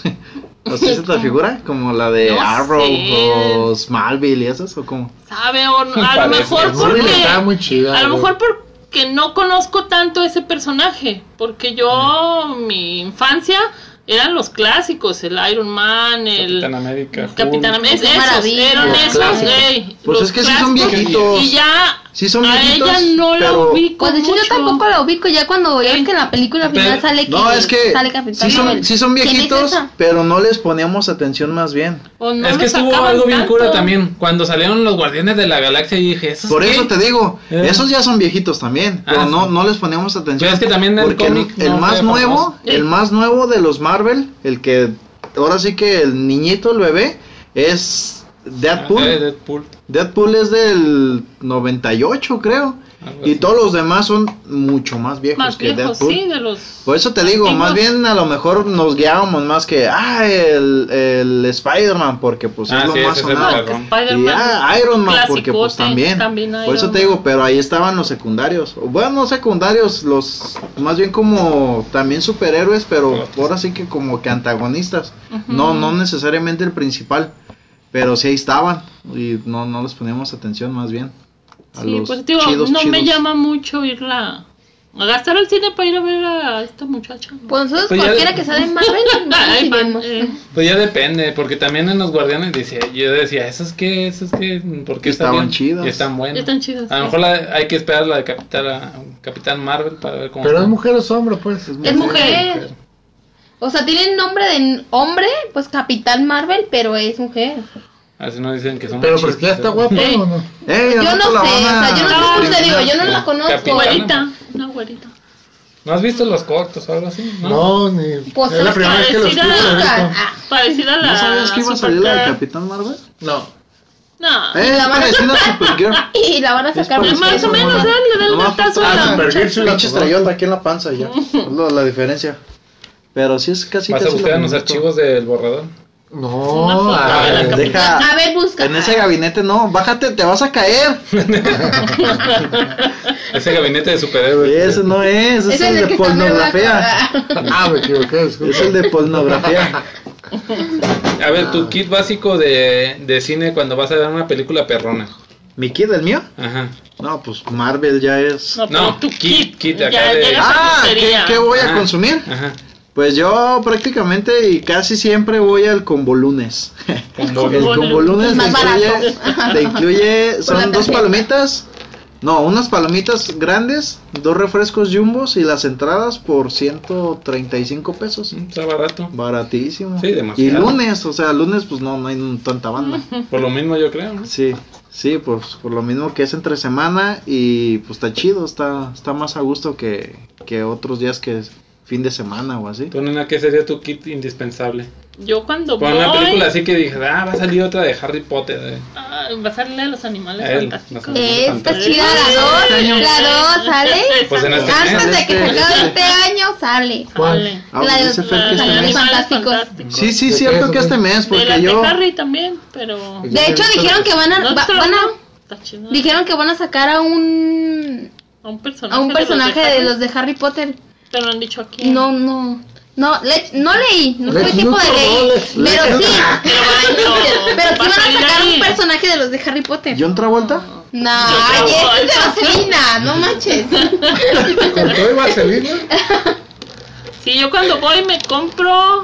¿Así se te figura? Como la de
No sé.
Arrow o Smallville y esas o como.
Sabe, o no- a lo
Parece.
mejor
Seguro y
porque.
estaba muy chida.
A lo
güey.
mejor porque no conozco tanto ese personaje, porque yo
Mm.
mi infancia eran los clásicos, el Iron Man, el
Capitán América.
Capitán
Hulk.
América,
Mujer
esos,
Maravilla.
eran
Los
esos,
clásicos.
ey,
Pues
los
es que sí son
clásicos,
viejitos.
Y ya
Sí son
a
viejitos,
ella no la
pero-
ubico
Pues de hecho
mucho.
yo tampoco la ubico ya cuando ya
Eh.
ves que en la película final
Pero-
sale que
No, es que
sale Capitán
sí son,
Marvel.
sí son
¿Quién es
viejitos,
esa?
pero no les poníamos atención más bien.
O no
es que
me
estuvo
sacaban
algo bien
tanto.
cura también. Cuando salieron los Guardianes de la Galaxia, y dije, ¿esos
Pues Por
qué?
eso te digo,
Eh.
esos ya son viejitos también, pero
Ah,
no,
sí.
no les poníamos atención.
Pero es que también el
porque
cómic
el
no
más
fue
nuevo,
famoso.
el más nuevo de los Marvel, el que ahora sí que el niñito, el bebé, es
Ah,
Deadpool.
eh, Deadpool.
Deadpool es del 98, creo.
Algo
Y
así.
todos los demás son mucho más viejos
más
que
viejos,
Deadpool.
sí, de los
Por eso te digo,
Antiguos.
más bien a lo mejor nos guiábamos más que, ah, el, el Spider-Man, porque pues
Ah,
es lo
sí,
más
ese es el
sonado.
perrón.
Y ah, Iron Man, porque pues
clasicote,
también.
también
Por eso
Iron
te
Man.
digo, pero ahí estaban los secundarios. O, Bueno, no secundarios, los más bien como también superhéroes, pero ahora sí que como que antagonistas. No, no necesariamente el principal, pero sí ahí estaban y no, no les poníamos atención más bien. A
Sí,
los
pues digo,
chidos,
no me
chidos.
llama mucho irla a gastar el cine para ir a ver a esta muchacha. ¿no?
Pues nosotros
Pues ya-
cualquiera que sale
(laughs)
en Marvel no
Ay,
nos
man,
iremos.
eh.
Pues ya depende, porque también en los Guardianes decía, yo decía, ¿esos qué? ¿Esos qué? ¿Por qué
Y estaban
salieron?
chidas.
Y están buenas.
Están chidas,
A
sí.
lo mejor la- hay que esperar la de Capitán, Capitán Marvel para ver cómo.
Pero es
está.
mujer o es hombre, pues.
Es mujer. O sea, tiene nombre de n- hombre, pues Capitán Marvel, pero es mujer.
Así no dicen que son
Pero pues que ya está guapa
Ey.
o no.
Ey, al
Yo no
rato
sé,
Eh, la
o
van
sea,
a-
yo no sé cómo te digo, yo no
Ah,
la conozco.
Capitán.
Güerita, una güerita.
¿No has visto los cortos o algo así?
No, ni.
Pues
es la
los
primera vez que lo escucho.
parecida-
la
Buscan,
neta.
ah,
Parecida a la.
¿No sabías que iba a salir la de
Supergirl.
Capitán Marvel?
No.
No.
Eh,
la
es
van a
parecida a Supergirl.
(laughs) Y la van a
Es
sacar
parecida,
Más o
es
menos,
mona.
¿eh? Le da el
Nomás
guantazo
falta-
a la
Ah,
muchacha.
Supergirl sí la
Pinche
conozco.
estrellota aquí en la panza ya. Es lo- la diferencia. Pero sí es casi
Vas a
casi
buscar
lo
en los
mismo.
archivos del borrador.
Una
No,
foto
ah,
de la
deja-
de-
Ah,
A ver, busca.
En ese gabinete no, bájate, te vas a caer.
Ese gabinete de superhéroes.
Ese no es, ese es
Ese
el
el
de
que está (laughs)
pornografía.
blanco.
ah, me equivoqué. disculpa.
Es (laughs) el de pornografía.
A ver, tu
Ah.
kit básico de, de cine cuando vas a ver una película perrona.
¿Mi kid, el mío?
Ajá.
No, pues Marvel ya es.
No, pero
No,
tu
kit,
kit.
kit
ya
acá de-
llegas a
Ah, ¿qué,
pulsería.
qué voy a
Ah.
consumir?
Ajá.
Pues yo prácticamente y casi siempre voy
(laughs)
al convolunes. El
Convolunes.
convolunes te
Más
incluye, (laughs)
barato.
te incluye,
la
son dos
tarjeta.
palomitas, no, unas palomitas grandes, dos refrescos jumbos y las entradas por 135 pesos.
Mm, Está barato.
Baratísimo.
Sí, demasiado.
Y lunes, o sea, lunes pues no, no hay tanta
(laughs)
banda.
Por lo mismo yo creo. ¿no?
Sí, sí, pues por lo mismo que es entre semana y pues está chido, está, está más a gusto que, que otros días que fin de semana o así.
Tú, nena, ¿qué sería tu kit indispensable?
Yo cuando
Para una
voy,
película así que dije, ah, va a salir otra de Harry Potter. eh.
ah, va a salir la de los animales
Él,
fantásticos.
no sé.
Eh, Está chida la 2, la 2 sale.
Pues en este mes.
Antes de que se
Este-
acabe este año sale.
Vale.
Ah,
La de
dice
los-
Fer que
la
este mes.
de los- Fantásticos.
Sí, sí,
¿De
cierto
qué?
que este mes,
De la
porque yo...
de Harry también, pero...
De
Este,
hecho dijeron que van a,
No,
va-
pero
van a
no, está chido.
dijeron que van a sacar a un
a un personaje,
a un personaje de los
de...
de Harry Potter.
Harry. Te lo han dicho aquí.
No, no. No, le- no leí, no
Lex
soy tipo de
Luthor,
ley,
no, Lex- Lex
pero sí,
Luthor.
Pero bueno,
(laughs) pero sí
va a
van a
salir
sacar
ahí.
un personaje de los de Harry Potter.
¿John Travolta?
No,
Yo
ay, este
creo-
es de vaselina, no (laughs) manches.
¿Con todo y vaselina?
Sí, yo cuando voy me compro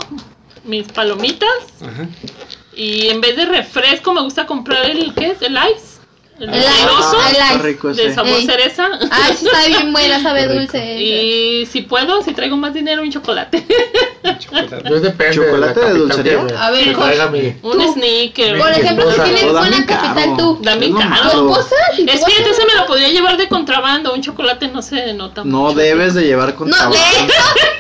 mis palomitas
Ajá.
y en vez de refresco me gusta comprar el, ¿qué es? El ice. El,
El ice.
sabroso,
Ah,
el
está
ice.
rico
de
ese.
sabor
Ey. Ah,
cereza.
Ay, sí sabe bien buena, sabe
Qué rico.
dulce.
Y si puedo, si traigo más dinero, un chocolate. (laughs)
Chocolate.
Yo depende.
¿Chocolate de
capital
dulcería?
que me-
A ver,
que
hijo.
traiga mi-
Un
Tú.
sneaker.
Por
Mi
ejemplo, tú
esposa.
tienes
O dame
buena
caro.
capital tú.
Dame
Es lo
caro.
malo.
¿Tu esposa? ¿Y tu
Es que
esposa?
entonces me lo podría llevar de contrabando. Un chocolate no se nota.
No
mucho.
debes de llevar con
No, de
tabaco.
(laughs) hecho,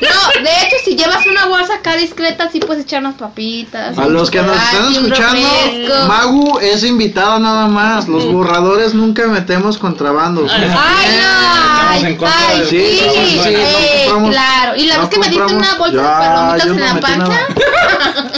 no, de hecho, si llevas una bolsa acá discreta, sí puedes echar unas papitas.
A
un
los que nos
chocolate,
están
un
escuchando,
refresco.
Magu es invitado nada más. Los borradores nunca metemos contrabando.
Ah,
Eh,
Ay, no.
Estamos en
Ay,
contra
ay,
del
sí,
contrabando. Sí, no
eh,
compramos-
claro. Y la
no
vez que me diste
compramos-
una bolsa de
Ya,
palomitas
yo
en
no
la
metí
panza.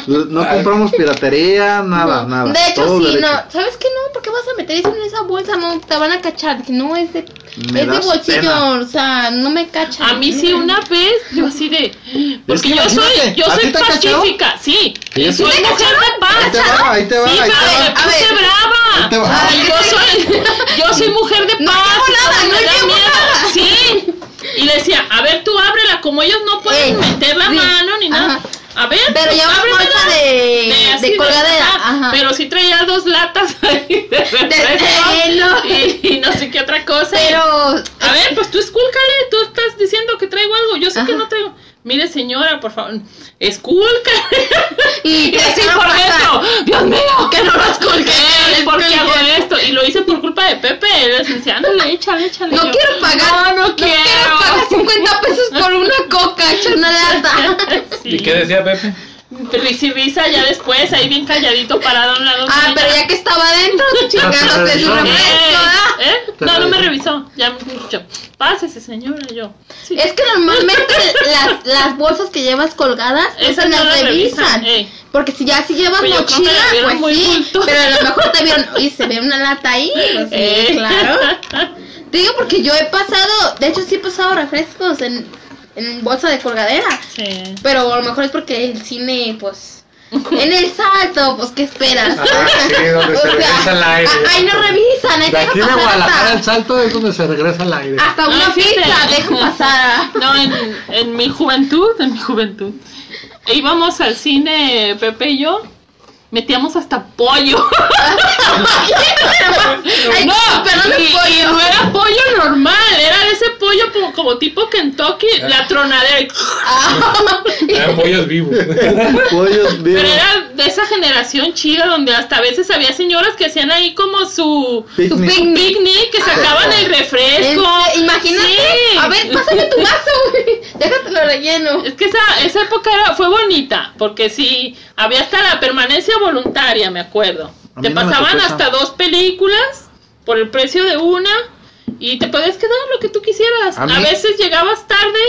No compramos piratería, nada, nada.
De hecho,
Todo
sí,
derecho.
no. ¿Sabes qué no? ¿Por qué vas a meter eso en esa bolsa? No, te van a cachar. Que no, es de,
Me
es de
das
bolsillo.
pena.
O sea, no me cachan.
A mí sí una vez, yo así de... Porque
que
yo soy,
imagínate,
yo
¿a ti
soy
te han cachado?
pacífica, sí.
¿Y
Y
eso?
soy
¿Te
mujer de
Ahí te
paz.
va, ahí te va,
Sí,
ahí
pero me
te
a
puse
ver.
Ahí te
brava.
va.
Ay,
Yo soy, (laughs) yo soy mujer de paz.
No llevo nada, no
me da
llevo
miedo.
nada.
Sí. Y le decía, a ver, tú ábrela, como ellos no pueden
Ey,
meter la
Eh, sí,
mano ni nada.
ajá.
A ver,
Pero
tú
llevas
ábremela.
bolsa
De
de,
así
de
de-
colgadera.
ah,
Ajá.
Pero sí traía dos latas (laughs) ahí de refresco
hielo.
y, y no sé qué otra cosa.
Pero
A ver, pues tú escúlcale, tú estás diciendo que traigo algo, yo sé que
Ajá.
no traigo. Mire, señora, por favor, escúlcale. (laughs)
Y
Y
te
así
dejaron
por
pasar.
dentro, Dios mío,
Que no lo esculqué.
Eh, ¿Por qué hago esto? Y lo hice por culpa de Pepe. Él decía, ándale, échale, échale.
No
Yo,
quiero pagar.
No, no quiero.
pagar 50 pesos por una coca, hecha
(laughs)
una lata.
"Eh, Sí.
¿Y qué decía
(laughs)
Pepe?
Risa y risa ya después, ahí bien calladito, parado a un lado.
Ah, pero ya que estaba
(laughs)
adentro, chingados de su
Ey.
refresco, ¿ah?
¿Eh? ¿Eh? No, no me revisó. Ya me dijo, pásese, señora. y Yo, sí.
Es que normalmente las, las bolsas que llevas colgadas no
Esas
se las
no las revisan,
revisan.
ey.
Porque si ya si llevas
Pues yo creo que
mochila,
la vieron muy
pues sí.
bulto.
Pero a lo mejor
(laughs)
te vieron, y se ve una lata ahí. Pues sí,
Eh. (laughs)
claro. Te digo porque yo he pasado, de hecho sí he pasado refrescos en, en bolsa de colgadera.
Sí.
Pero a lo mejor es porque el cine, pues. En el salto, pues, ¿qué esperas?
Ah, sí,
(laughs)
donde se regresa el aire.
a- Ahí no revisan, ahí
De
dejan (laughs)
aquí de
pasar
Guadalajara el
hasta,
salto es donde se regresa al aire.
hasta
No,
una
fíjate.
pizza,
(laughs)
dejan pasar.
No, en, en mi juventud, en mi juventud, íbamos al cine, Pepe y yo, metíamos hasta pollo. (laughs)
Ay,
no,
pero no
y-
es pollo.
y (laughs) no era pollo normal, era de ese pollo como, como tipo Kentucky, la tronadera. y-
Ah,
Eran pollos
(laughs)
vivos.
Pollos
Pero
vivos.
era de esa generación chida donde hasta a veces había señoras que hacían ahí como su
tu
Picnic.
picnic.
picnic, que sacaban el refresco.
Ah, Este, Imagínate,
Sí.
a ver, pásame
(laughs)
tu vaso, güey. Déjatelo relleno.
Es que esa, esa época era, fue bonita, porque sí, había hasta la permanencia voluntaria, me acuerdo.
A mí
Te
no me
pasaban
tocó esa.
hasta dos películas por el precio de una y te podías quedar lo que tú quisieras.
A
A,
mí-
veces llegabas tarde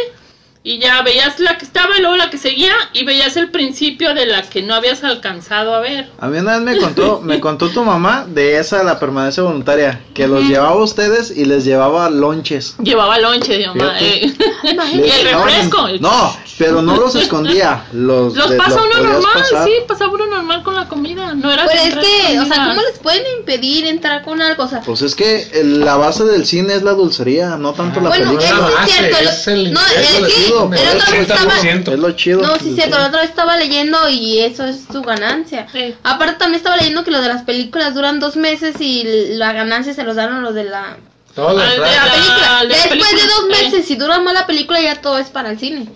y ya veías la que estaba y luego la que seguía y veías el principio de la que no habías alcanzado a ver.
A mí una vez me
(laughs)
contó, me contó tu mamá de esa la permanencia voluntaria, que los llevaba a ustedes y les llevaba lonches.
Llevaba lonche de mamá.
Fíjate.
eh.
Imagínate.
Y
Les
el
dejaban en-
refresco.
No, pero no los escondía. Los,
Los
Pues de-
pasa uno
podías
normal,
pasar.
sí, pasaba uno normal con la comida. No era
Pero
tan
es que, o sea,
comida.
¿cómo les pueden impedir entrar con algo? O sea,
Pues es que el- la base del cine es la dulcería, no tanto la
bueno,
película.
eso
Ah,
es cierto.
es
lo-
el-
No,
es
es
lo
que el
chido,
otro
pero es
día estaba.
eh,
80%.
Es lo chido.
No, sí, cierto, la otra vez estaba leyendo y eso es su ganancia.
Sí.
Aparte también estaba leyendo que lo de las películas duran dos meses y la ganancia se los dan a los de la
Todo de
Al Ah, de
Francia.
La película.
la
Después de
película,
dos
eh.
meses, si dura más la película, ya todo es para el cine.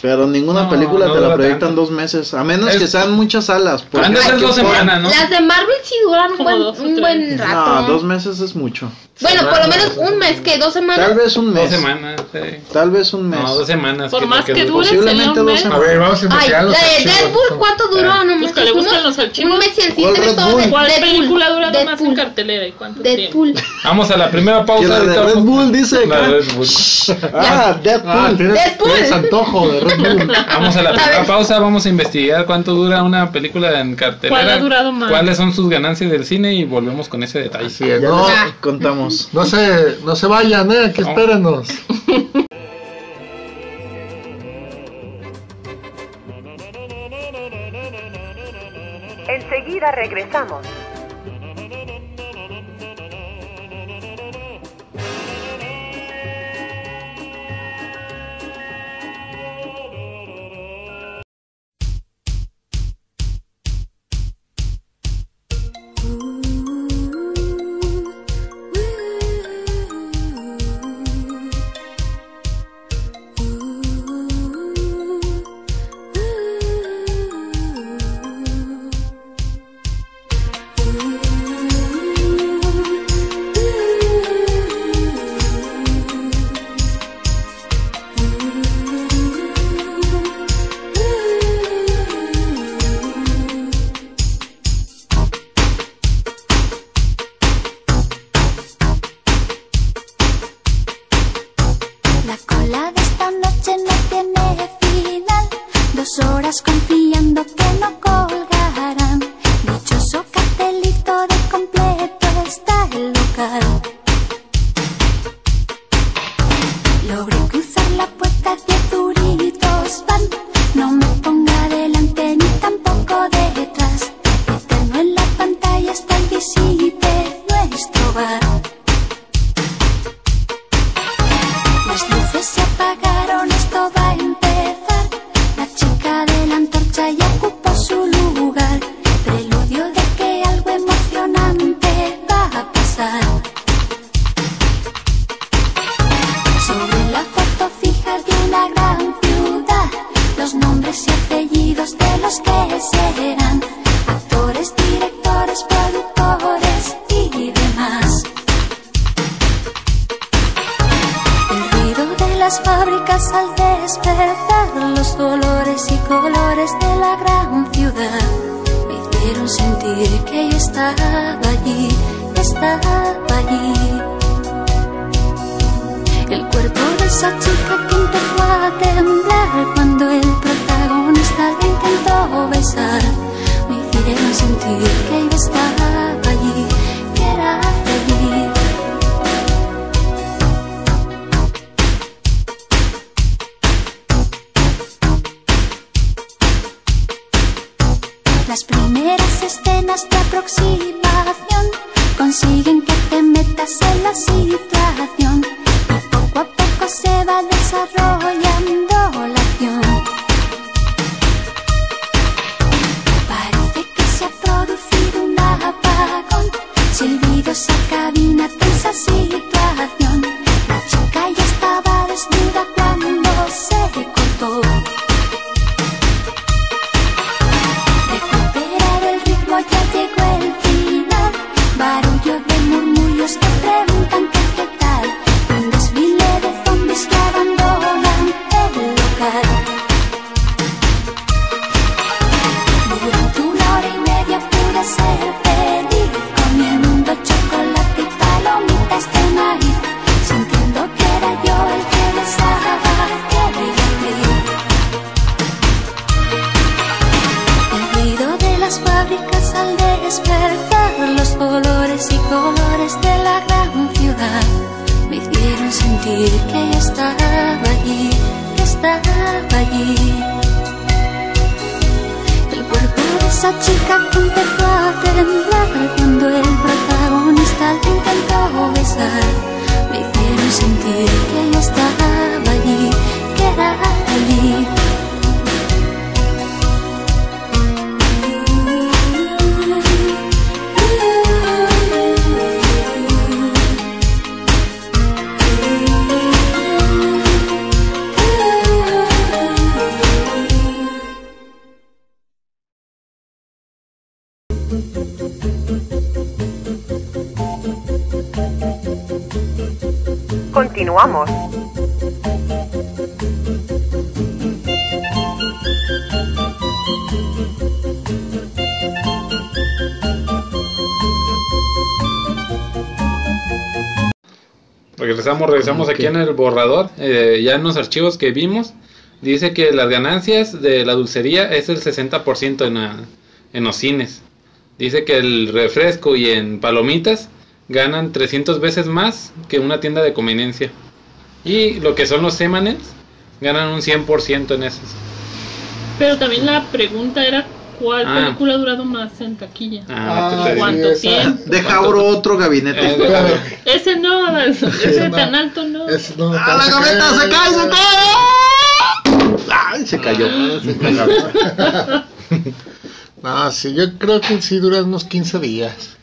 Pero ninguna
No,
película
no
te la
dura
proyectan
tanto.
dos meses. A menos
Es-
que sean muchas salas. porque-
Han de ser dos semanas, ¿no?
Las de Marvel sí duran un
Como
buen,
dos o
un
tres.
buen rato.
No,
¿no?
dos meses es mucho.
Bueno, por lo
semanas,
menos
dos
un mes, que dos
Tal
semanas.
vez un
Dos
mes.
semanas. sí.
Tal vez un mes.
No, dos semanas.
Por
que es lo
más que
dura.
dure, sería
Posiblemente
un
dos
mes.
A ver, vamos a
Ay,
investigar
la
los
de
archivos. (laughs)
Deadpool, ¿cuánto
Pues
duró? No
que le
manches,
buscan
unos-
los archivos.
Un mes y el
¿Cuál
cine
Red
todo de
Bull?
¿Cuál
Deadpool,
película dura más en
Deadpool,
cartelera y cuánto tiempo?
Deadpool.
Vamos a la primera
Y
pausa.
la de
ahorita
Red
vamos-
Bull dice
La
acá.
de Red Bull.
Ah, Deadpool.
Ah, tienes,
Deadpool.
tienes antojo de Red (laughs) Bull.
Vamos a la
A
primera
ver.
pausa, vamos a investigar cuánto dura una película en cartelera.
¿Cuál ha durado más?
¿Cuáles son sus ganancias del cine? Y volvemos con ese detalle.
Así es,
Ya
no,
les
(laughs)
contamos.
no se, no se vayan, eh, aquí
No.
espérenos.
Enseguida regresamos.
La cola de esta noche no tiene final. Dos horas confiando que no colgarán. Dichoso cartelito de completo está el local. Logré cruzar la puerta diez duritos van. No me ponga delante ni tampoco detrás. Eterno en la pantalla está el visite nuestro bar. Las luces se apagaron, esto va a empezar. La chica de la antorcha ya ocupó su lugar. Preludio de que algo emocionante va a pasar. Sobre la foto fija de una gran ciudad, los nombres y apellidos de los que serán actores, directores, productores y demás. El ruido de las fábricas al despertar, los olores y colores de la gran ciudad me hicieron sentir que yo estaba allí, estaba allí. El cuerpo de esa chica que empezó a temblar cuando el protagonista le intentó besar, me hicieron sentir que yo estaba allí, que era feliz. Las primeras escenas de aproximación consiguen que te metas en la situación y poco a poco se va desarrollando la acción. Parece que se ha producido un apagón, silbidos esa cabina tensa situación. La chica ya estaba desnuda cuando se cortó. Recuperar el ritmo ya llegó el final Barullo de murmullos que preguntan que qué tal Un desfile de zombies que abandonan el local Durante una hora y media pude ser feliz Comiendo chocolate y palomitas de maíz Sintiendo que era yo el que besaba que El ruido de las fábricas al despertar, los colores y colores de la gran ciudad me hicieron sentir que yo estaba allí, que estaba allí. El cuerpo de esa chica que empezó a temblar cuando el protagonista le intentó besar. Me hicieron sentir que yo estaba allí, que era allí. Ooh, ooh, ooh.
Continuamos.
Regresamos, regresamos
Ok.
aquí en el borrador, eh, ya en los archivos que vimos, dice que las ganancias de la dulcería es el 60% en, la- en los cines. Dice que el refresco y en palomitas ganan 300 veces más que una tienda de conveniencia. Y lo que son los semanels ganan un 100% en esos.
Pero también la pregunta era cuál
Ah.
película ha durado más en taquilla.
Ah,
Ah,
te- te-
¿Cuánto
esa-
tiempo?
Deja abro otro
Eh,
gabinete.
déjame.
Ese no, Adal, ese
no.
tan alto no.
Es- no,
¡A Ah, la gaveta! ¡Se cae! ¡Se cae! ¡Ay! Se cayó.
No, Ah, sí, yo creo que sí duran unos 15 días.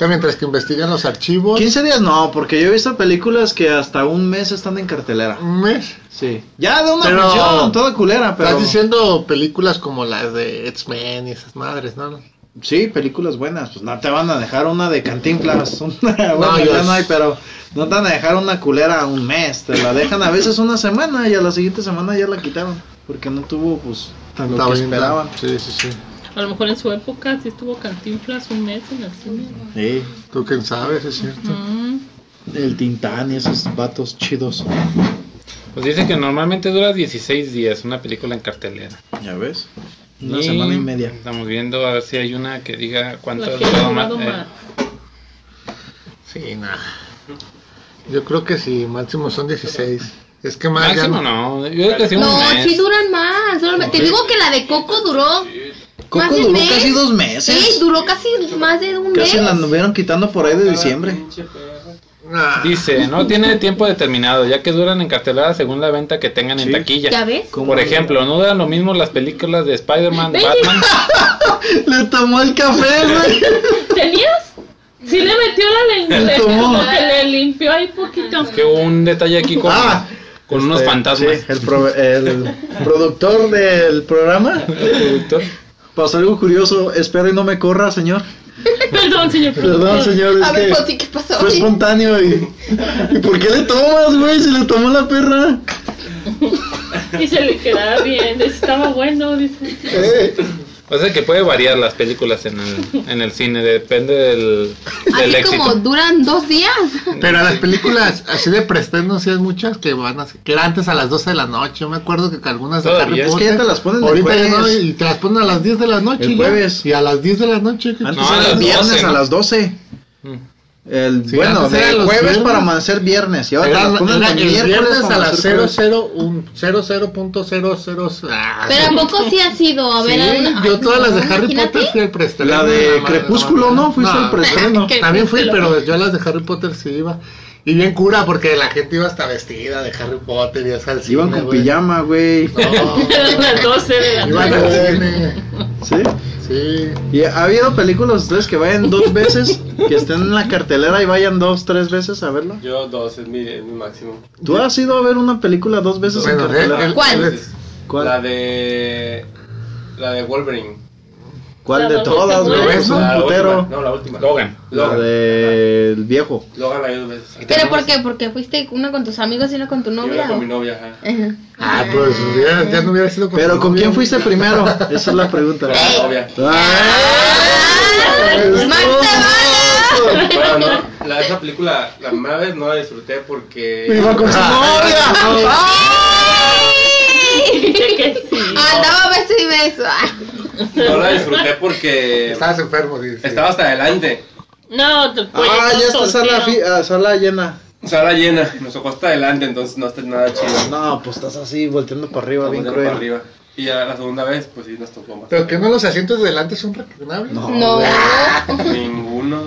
Ya mientras que investigan los archivos.
15 días no, porque yo he visto películas que hasta un mes están en cartelera.
Un mes.
Sí. Ya de una
Pero-
función, toda culera, pero.
Estás diciendo películas como las de X-Men y esas madres, ¿no? No,
Sí, películas buenas. Pues no te van a dejar una de Cantinflas. (laughs) Una, bueno,
yo-
ya no hay, pero no te van a dejar una culera un mes. Te la dejan a veces una semana y a la siguiente semana ya la quitaron. Porque no tuvo, pues, tanto
estaba
que
bien,
esperaban.
Sí, sí, sí.
A lo mejor en su época sí estuvo Cantinflas un mes en el cine.
Sí.
Tú quién sabes, es cierto.
Mm.
El Tintán y esos vatos chidos.
Pues dice que normalmente dura 16 días una película en cartelera.
Ya ves. Una
Y
semana y media.
Estamos viendo a ver si hay una que diga cuánto
La
ha
que ha
durado
durado
más. eh,
más.
Sí, nada. Yo creo que sí, máximo son 16. Es que más ya
Máximo
no.
no, yo creo que sí un
No,
mes.
sí duran más. solamente- Te digo que la de Coco duró.
Coco
¿Más de
duró
mes?
casi dos
Sí,
meses.
duró casi más de un mes.
Casi la anduvieron quitando por ahí de diciembre.
Ah,
Dice, no tiene tiempo determinado, ya que duran en cartelera según la venta que tengan en
Sí.
taquilla.
¿Ya ves?
¿Cómo
Por
no?
ejemplo, no duran lo mismo las películas de Spider-Man, Batman.
Le tomó el café, güey.
¿Tenías? Sí le metió la
El
(laughs)
le,
tumor.
le, le limpió ahí poquito.
que hubo un detalle aquí con,
Ah,
con unos
Este,
fantasmas.
sí, el, pro- el productor del programa.
Productor.
Pasó algo curioso. Espero y no me corra, señor.
Perdón, señor.
Perdón, señor. Es
A ver,
que
pues sí, ¿qué pasó?
fue espontáneo. Y, ¿Y por qué le tomas, güey? Si le tomó la
(laughs)
perra.
Y se le quedaba bien. dice, Estaba bueno. Dice.
(laughs)
O sea que puede variar las películas en el, en el cine, depende del, del
Así
éxito.
como duran dos días.
Pero las películas así de prestes no hacían muchas que van a que era antes a las 12 de la noche. Yo me acuerdo que algunas de
Todavía.
Es que ya te las ponen el
Ahorita ya no,
jueves.
y te las ponen a las 10 de la noche.
El
ya.
jueves. Ah,
Y a las 10 de la noche. ¿qué
Antes
No, a
era
las
viernes
12,
a
¿no?
las 12.
Mm.
El,
Sí,
bueno,
antes era
de
los
jueves
viernes.
para amanecer viernes. Y ahora te
Era,
las ponen
era
de
el
miércoles
viernes
para
a las
amanecer
00,
jueves.
00.00. Ah,
Pero ¿a poco sí ha sido? A
sí,
ver, alguna-
yo todas las de Harry
Imagínate.
Potter fui al preestreno.
La de
nada más, nada
Crepúsculo,
más.
¿no? Fuiste al preestreno.
(laughs)
Que-
También fui, pero yo a las de Harry Potter sí iba. Y bien cura, porque la gente iba hasta vestida de Harry Potter y hasta al cine.
Iban con
güey.
pijama, güey. (laughs)
No,
Eran las 12 de la
iban al cine.
¿Sí?
Sí.
¿Y ha habido películas ustedes que vayan dos veces? Que estén en la cartelera y vayan dos, tres veces a verla.
Yo dos, es mi, es mi máximo.
¿Tú has ido a ver una película dos veces en
Bueno,
cartelera?
el-
¿Cuál?
el-
¿Cuál?
La de. La de Wolverine.
¿Cuál
La
de
dos
todas,
veces,
güey?
¿no?
Es un
la
putero.
última, No, la última.
Logan.
La
Logan.
del viejo.
Logan la vi dos veces.
¿Pero por qué? ¿Porque fuiste una con tus amigos y una con tu
Yo
novia?
era con
o-
mi novia,
(laughs)
ajá.
Ajá.
Ah, pues hubiera- ya no hubiera sido con
Pero
tu
¿con
novia.
quién fuiste
(laughs)
primero? Esa es la pregunta.
Con mi novia.
¡Ah!
¡Ah! ¡Marta Vara!
Bueno, no, la, esa película, la primera vez no la disfruté porque.
Iba (laughs) con su novia.
¡Ay!
noche que sí.
Andaba beso y beso. Ah.
No la disfruté porque.
(laughs) Estabas enfermo, dice.
Estaba hasta adelante.
No, pues, te fue
Ah, ya está
todo
sala, fi-
torcido.
ah, sala llena.
Sala llena, nos tocó hasta adelante, entonces no está nada chido.
No, pues estás así, volteando para arriba,
Estamos
bien
yendo
cruel.
para arriba. Y ya la segunda vez, pues sí, nos tocó más.
Pero que no los asientos de delante son reclinables.
No.
(laughs) Ninguno.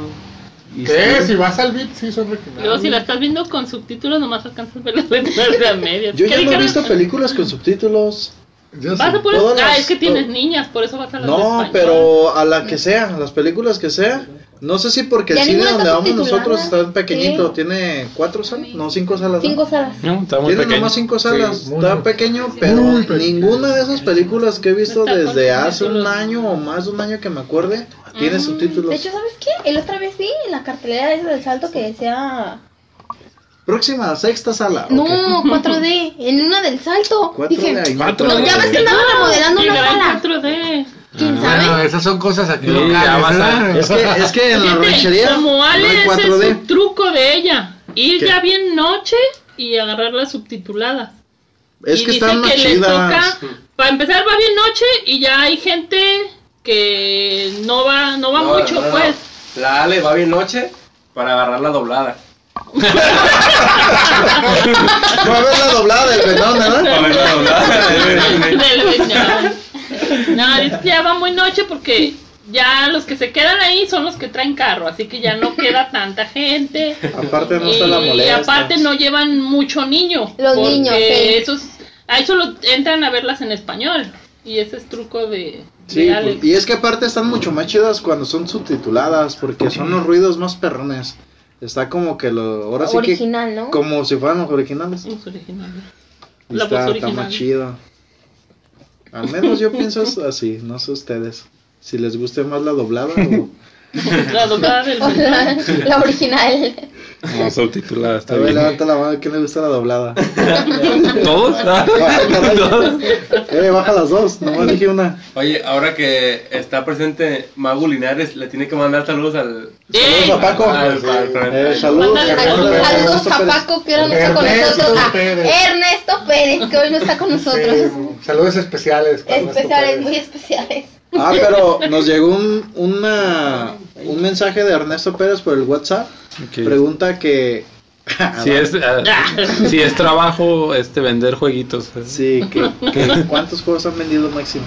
Y
¿Qué?
sí.
Si vas al beat, sí son
ah.
Luego, si
reclinables.
la estás viendo con subtítulos, nomás alcanzas a ver las letras
(laughs)
de a medias.
Yo ya
¿Qué
no he
dijeron?
visto películas con subtítulos.
Yo
Vas
sí.
a puras-
todas
Ah,
las-
es que tienes niñas, por eso vas a las de
No,
España.
pero a la que sea, a las películas que sea. No sé si porque el
Ya
cine
ninguna
donde
está
vamos nosotros
subtitulada.
está pequeñito.
Sí.
Tiene cuatro salas, no, cinco salas. ¿no?
Cinco salas.
No, está muy
Tiene
pequeño.
nomás cinco salas,
Sí, muy
está
pe-
pequeño, pero
muy pequeño.
ninguna de esas películas que he visto
Está con
desde hace un
subtítulos.
año o más de un año que me acuerde tiene
De
subtítulos.
hecho, ¿sabes qué? El otra vez vi en la cartelera esa del salto que decía
Próxima sexta sala.
No,
ok.
4D, en una del salto.
Cuatro
Dije,
de ahí.
Cuatro
no,
de
ya
ahí.
ves que andaban remodelando una
Llegará
sala.
en 4D.
¿Quién
Bueno,
sabe?
esas son cosas aquí
Sí, ya vas
locales,
a-
¿verdad?
Es que, es que en la
Fíjate,
ranchería
como
no hay
Ale, ese es
4D.
el truco de ella. Ir
¿Qué?
ya bien noche y agarrar las subtituladas.
Es
y
que
dice
están más
que le
chidas.
toca, para empezar va bien noche y ya hay gente que no va, no va
No,
mucho,
no, no.
pues.
La Ale va bien noche para agarrar la doblada.
Va a ver la doblada del Bretón, ¿verdad?
Para ver la
(laughs)
doblada.
Del- no. No, dice que ya va muy noche porque ya los que se quedan ahí son los que traen carro, así que ya no queda tanta gente.
Aparte no
y,
está la
y
molestia.
aparte no llevan mucho niño.
Los
porque
niños, sí.
Esos, a eso lo- entran a verlas en español. Y ese es truco de,
Sí, pues,
de Alex.
y es que aparte están mucho más chidas cuando son subtituladas, porque son los ruidos más perrones. Está como que lo. Ahora sí que.
Original, ¿no?
Como si fueran los originales.
Los originales. (laughs)
Y
La voz
está, está
original.
más chido. Al menos yo pienso es así, no sé ustedes. Si les guste más la doblada (laughs) o.
La doblada del
La, (laughs) la original.
No, subtitulada, está
A ver,
bien.
levanta la mano, ¿quién le gusta la (laughs) doblada?
¿Todos? Ah,
(laughs) Ah, caray. Eh, baja las dos, nomás dije una.
Oye, ahora que está presente Magu Linares, le tiene que mandar saludos al.
¡Ey!
Saludos a Paco.
al- al- al-
Eh, saludos.
Mándale
Ernesto
Saludos,
Pérez. Ernesto Pérez.
saludos a Paco que ahora no está con
Ernesto
nosotros. A
Pérez.
Ernesto Pérez que hoy no está con nosotros.
Sí, saludos especiales. para nuestro
Especiales,
Pérez.
muy especiales.
Ah, pero nos llegó un, una, un mensaje de Ernesto Pérez por el WhatsApp.
ok. (laughs)
Pregunta que.
Si es, ah, si es trabajo este vender jueguitos. ¿eh?
Sí, que, que ¿cuántos juegos han vendido
(laughs)
máximo?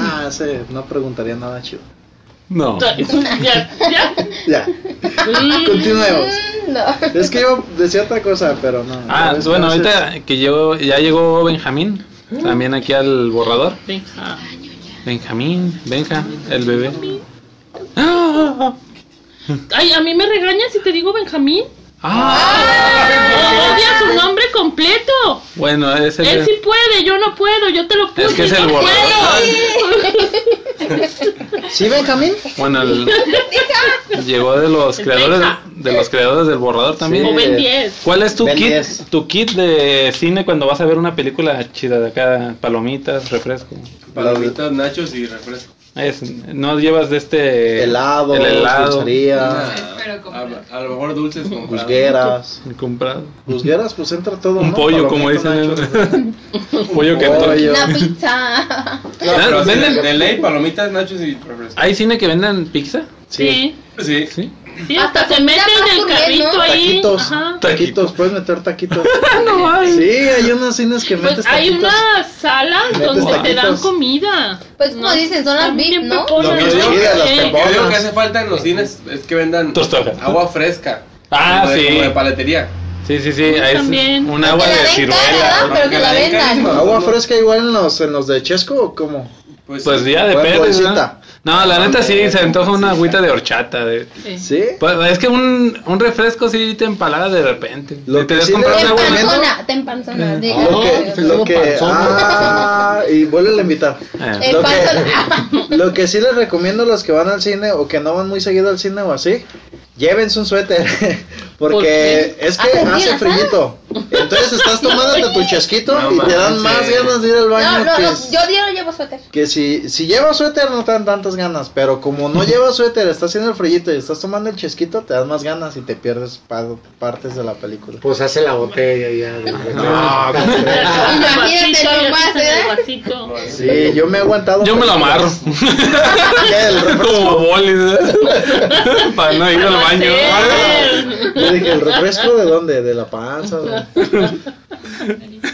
Ah, ese no preguntaría nada chido.
No.
Ya,
(laughs)
ya.
Ya, continuemos.
Mm, No.
Es que yo decía otra cosa, pero no.
Ah,
Entonces,
bueno, ahorita que llegó, ya llegó Benjamín,
Uh.
también aquí al borrador.
Venga.
Benjamín, Benja, el bebé. ¡Ah!
Ay, a mí me regañas si te digo Benjamín.
¡Ah!
Odia su nombre completo.
Bueno, es el.
Él sí puede, yo no puedo, yo te lo puse.
que es
yo
el
puedo.
¿Sí, Benjamín?
Bueno,
(laughs)
el- llegó de los
El
creadores
Benja.
de los creadores del borrador también.
O Ben 10.
¿Cuál es tu
Ben
kit,
10.
tu kit de cine cuando vas a ver una película chida de acá, palomitas, refresco?
Palomitas, nachos y refresco.
Es- no llevas de este
Helado,
el helado
chuchería,
Ah, a, a lo mejor dulces con
Pues juzgueras.
comprado,
Juzgueras, pues entra todo.
un
¿no?
pollo como
Palomito,
dicen,
nachos.
(laughs) pollo que Ah,
Pollo.
Una pizza.
No, pero sí,
¿Venden?
de ley, palomitas, nachos y refresco.
¿Hay cine que vendan pizza?
Sí.
Sí.
Sí.
Sí, hasta, se
Hasta con
mete
tapas
en el
también,
carrito
¿no?
ahí.
Taquitos.
Ajá.
Taquitos, puedes meter taquitos.
No
Sí, hay unas cines que metes
Pues hay
taquitos.
unas salas
Metes
donde te dan
taquitos.
comida.
Pues como dicen, son las
Están
VIP,
bien
¿no?
peponas,
Lo que
¿no?
digo, de las
Sí.
peponas.
Yo digo que hace falta en los cines es que vendan
Tostadas.
agua fresca.
Ah,
como de-
sí.
Como de paletería.
Sí, sí, sí, es
También.
un agua
Que la
de
den cara,
ciruela.
¿verdad? Pero que la
den
vendan.
carísima.
¿Agua fresca igual en los, en los de Chesco o cómo?
Pues,
Pues ya
Buena
depende. ¿no?
bolsita.
no, la neta sí, se antoja una agüita de horchata. De...
Sí.
¿Sí?
Pues, es que un, un refresco sí te empalaga de repente.
Lo
Te
que
des
sí
comprar
le-
una agua.
Bueno.
Tempanzona, tempanzona. diga.
Lo
estoy
que, lo
como
que,
panzón.
ah, y vuelve a invitar.
Eh,
Eh,
Lo
panzona.
que, (laughs) lo que sí les recomiendo a los que van al cine o que no van muy seguido al cine o así, llévense un suéter. (laughs)
¿Por
Porque
qué?
es que
Ah, pues
hace
mira,
frillito. Entonces estás tomándote tu chesquito
No
y te dan
manches.
más ganas de ir al
No,
baño pues.
no,
que,
no, yo diario llevo suéter.
que si, si llevas suéter no te dan tantas ganas. Pero
(laughs)
como no llevas suéter, estás haciendo el frillito y estás tomando el chesquito, te dan más ganas y te pierdes pa- partes de la película.
Pues hace la botella ya. Este, de-
No, ¿cómo crees?
Imagínate
Vasito,
lo
ya
más,
está en el
¿eh?
vasito.
Pues
Sí, yo me he aguantado.
Yo me lo
(laughs)
amarro.
¿Qué? El refresco.
(laughs) Como bolis. ¿eh? (laughs) Para no ir al baño.
Hacer.
Yo dije, ¿el refresco de dónde? ¿De la panza? o de-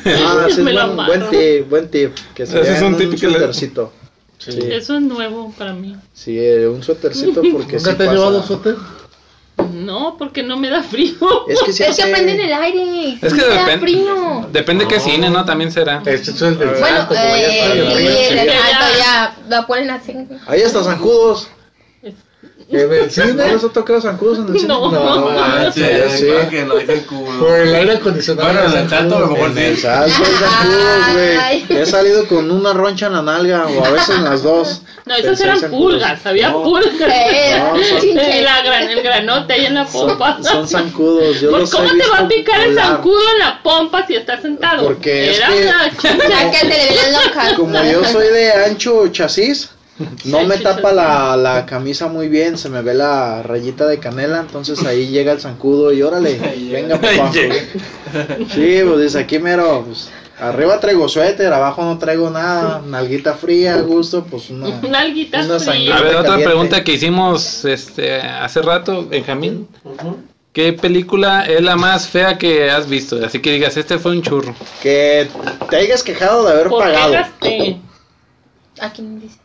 Ah,
(laughs)
sí, es
Me lo
buen,
amarro.
buen tip, buen tip. Que se
Ese
vean
es un
un,
tip que le-
suétercito. Sí,
Eso es nuevo para mí.
sí, eh, un suétercito porque sí
¿Nunca te has
pasa.
llevado suéter?
No, porque no me da frío.
Es que sí
Es que
hace-
prenden el aire.
Es que
sí da
depen-
frío.
Depende qué cine, ¿no? También será.
pues
Este es el del
Bueno,
salto, que vayas
eh,
para
sí,
arriba.
en el
Sí.
alto ya la ponen así.
Ahí hasta zanjudos.
En
eh,
el
¿No
cine.
les ha tocado zancudos en el cine?
No.
No,
Ah,
Manches,
sí.
creo que no hay
(laughs)
Por
zancudo.
el aire acondicionado.
Bueno, en el
zancudo.
tanto a lo mejor
En el
sí.
salto hay zancudos,
Ay.
güey. He salido con una roncha en la nalga o a veces en las dos.
(laughs) No, esas
Pensé en
eran
zancudos.
pulgas, había
No,
pulgas.
Eh,
No, son-
En
chinche.
la gran, el granote ahí en la pompa.
Son, son zancudos.
(laughs)
Yo
¿Por
los he
¿Cómo te va
visto
a picar el
volar.
zancudo en la pompa si estás sentado?
Porque es
Era
que-
una
(laughs)
Ya
chincha.
que te le ven las lonjas.
Como yo soy de ancho chasis, no me tapa la, la camisa muy bien, se me ve la rayita de canela, entonces ahí llega el zancudo y órale,
(laughs)
venga papá. Sí, pues dice aquí mero, pues arriba traigo suéter, abajo no traigo nada, nalguita fría, a gusto, pues una...
Una alguita
Una
fría.
A ver, otra
Caliente.
pregunta que hicimos este hace rato, Benjamín.
Ujú.
¿Qué película es la más fea que has visto? Así que digas, este fue un churro. (laughs)
Que te hayas quejado de haber
¿Por qué
pagado.
gasté?
¿A quién dice?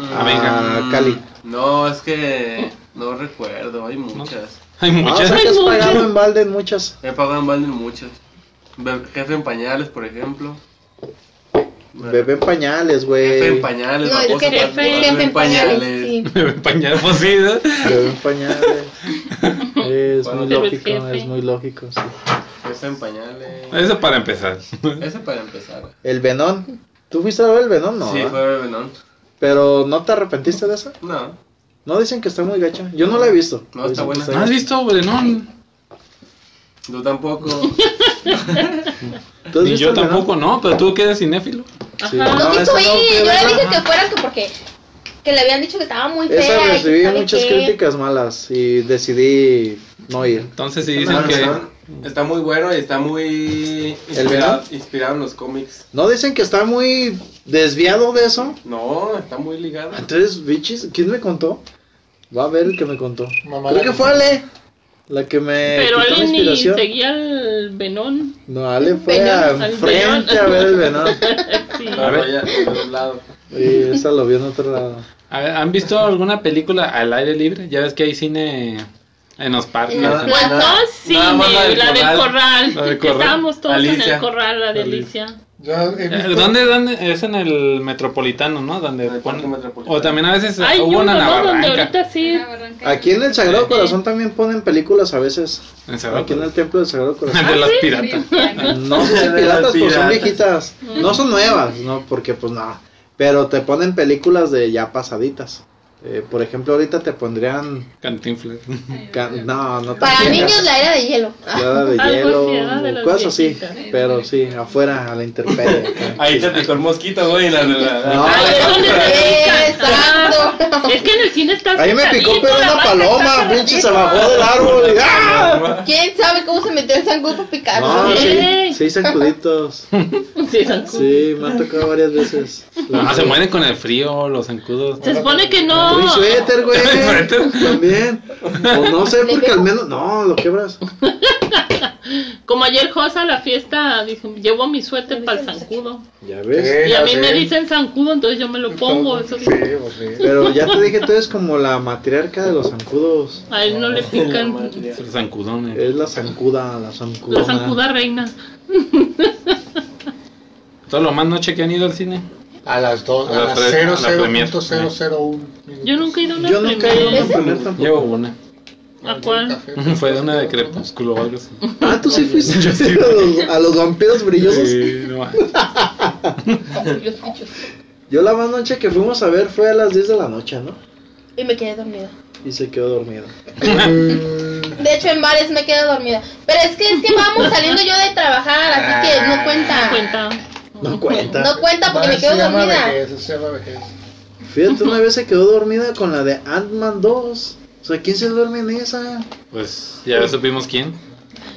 Ah, venga.
Ah, Cali.
No, es que no recuerdo, hay muchas.
Hay
Ah, o
muchas.
sea que
Hay
has
muchas.
pagado en balde en muchas.
He pagado en balde en muchas. Be- Jefe en pañales, por ejemplo.
Bebé en pañales, güey.
Jefe en pañales,
No, el
babosa,
jefe,
babosa,
jefe en pañales. sí.
(laughs) Pañal pues fosido.
Bebé en pañales. Es
Bueno,
muy
pero
el
lógico,
jefe.
es muy lógico. sí.
Jefe en pañales.
Eso para
(laughs)
empezar.
Ese para empezar.
El Venón. ¿Tú fuiste a ver el Venón? No. ¿eh?
sí,
¿verdad?
fue Bebelón.
Pero ¿no te arrepentiste de eso?
No,
No dicen que está muy gacha. Yo no la he visto.
No, está
Dicen que
buena.
¿No has visto, güey? No.
tú tampoco.
¿Tú has
Ni
visto
yo
El Venón?
tampoco, no. Pero tú que eres cinéfilo.
Sí.
Ajá.
No,
No,
quiso
esa no,
ir,
qué
Ah, yo le
verga.
dije que fuera que porque que le habían dicho que estaba muy fea.
Esa
y que
recibí
sabe
muchas
qué.
críticas malas y decidí Ah, no ir.
Entonces sí
No,
dicen
no,
que...
no. (laughs) Está muy bueno y está muy inspirado, inspirado en los cómics.
¿No dicen que está muy desviado de eso?
No, está muy ligado.
Entonces, bichis, ¿quién me contó? Va a ver el que me contó.
Mamá
Creo
la-
que fue Ale. La que me
Pero
quitó la
alguien ni
inspiración.
seguía el venón.
No, Ale fue
Venón, al
enfrente
Venón.
a ver
(laughs)
el venado.
Eh, Sí.
La
A ver.
raya de los lados.
Y esa lo vio en otro lado.
A ver, ¿Han visto alguna película al aire libre? Ya ves que hay cine en los parques.
En los
¿no?
parques.
Pues no,
Nada-
sí,
nada más la
la,
del
del
corral.
corral.
La del
que
corral.
Estábamos todos en
Alicia.
el corral, la de
Alicia.
Alicia.
Yo he
Eh,
visto-
¿Dónde, dónde? Es en el metropolitano, ¿no? Donde
En el
ponen-
Parque
eh,
Metropolitano.
O también a veces
Hay
hubo
uno,
una
¿no? Donde
navarranca.
ahorita sí.
Aquí en el Sagrado Corazón también ponen películas a veces.
En Cerro
Aquí en el
Cruz.
Templo del Sagrado Corazón.
(laughs) De
Ah,
los piratas.
(laughs) No sé si
De las
piratas, pero son
piratas.
viejitas. No
Mm.
son nuevas, ¿no? Porque pues nada. Pero te ponen películas de ya pasaditas. Eh, por ejemplo, ahorita te pondrían...
(laughs) Cantinflas.
ca- No, no te
Para
pondrían
niños la era de
(laughs)
hielo. Ah,
Nada de
(laughs) Algo
hielo,
así, ¿no? De
o
las
cosas así.
viejitas.
Pero sí, afuera, a la intemperie. acá.
Ahí te picó el mosquito, güey. en La, la, la-
No.
Ay, es donde se
Eh,
(laughs)
santo.
ve. Es que en el cine está
Ahí me picó
sentadito, la
pero una
vaca está
paloma, pinche, se bajó del árbol y ¡ah!
¿Quién sabe cómo se metió el zancudo para picar?
No, sí,
Ey.
sí, zancuditos.
(laughs) Sí, son-
Sí, me ha tocado varias veces.
No, Ah, se mueren con el frío, los zancudos.
Se supone que no.
Trae suéter, güey.
Trae suéter.
También. O no sé, porque al menos. No, lo quebras.
Como ayer Josa a la fiesta dijo, llevo mi suéter para el zancudo.
Ya
Sí,
ves.
Y a mí
sí.
me dicen zancudo, entonces yo me lo pongo. Eso
Sí,
sí.
pues sí.
Pero ya te dije, tú eres como la matriarca de los zancudos.
A él no le pican
Los zancudones.
Es la zancuda, la zancuda.
la zancuda reina.
Todo lo más noche que han ido al cine.
A las dos,
A
a
las
las
tres, a la premier.
00.001
Yo nunca he ido a una
Yo nunca he ido a
premier.
una primer tampoco.
Llevo una.
¿A cuál?
(laughs) Fue de una de crepúsculo o algo así.
Ah, tú sí fuiste a los, a los vampiros brillosos.
Sí, no,
Yo la más noche que fuimos a ver fue a las 10 de la noche, ¿no?
Y me quedé dormida.
Y se quedó dormido.
Eh,
De hecho, en bares me quedé dormida. Pero es que es que vamos saliendo yo de trabajar, así que no cuenta.
Ah, Cuenta.
No cuenta.
No cuenta porque me quedo dormida.
se llama vejez.
Fíjate, una vez se quedó dormida con la de Ant-Man 2. O sea, ¿quién se duerme en esa?
Pues ya supimos quién.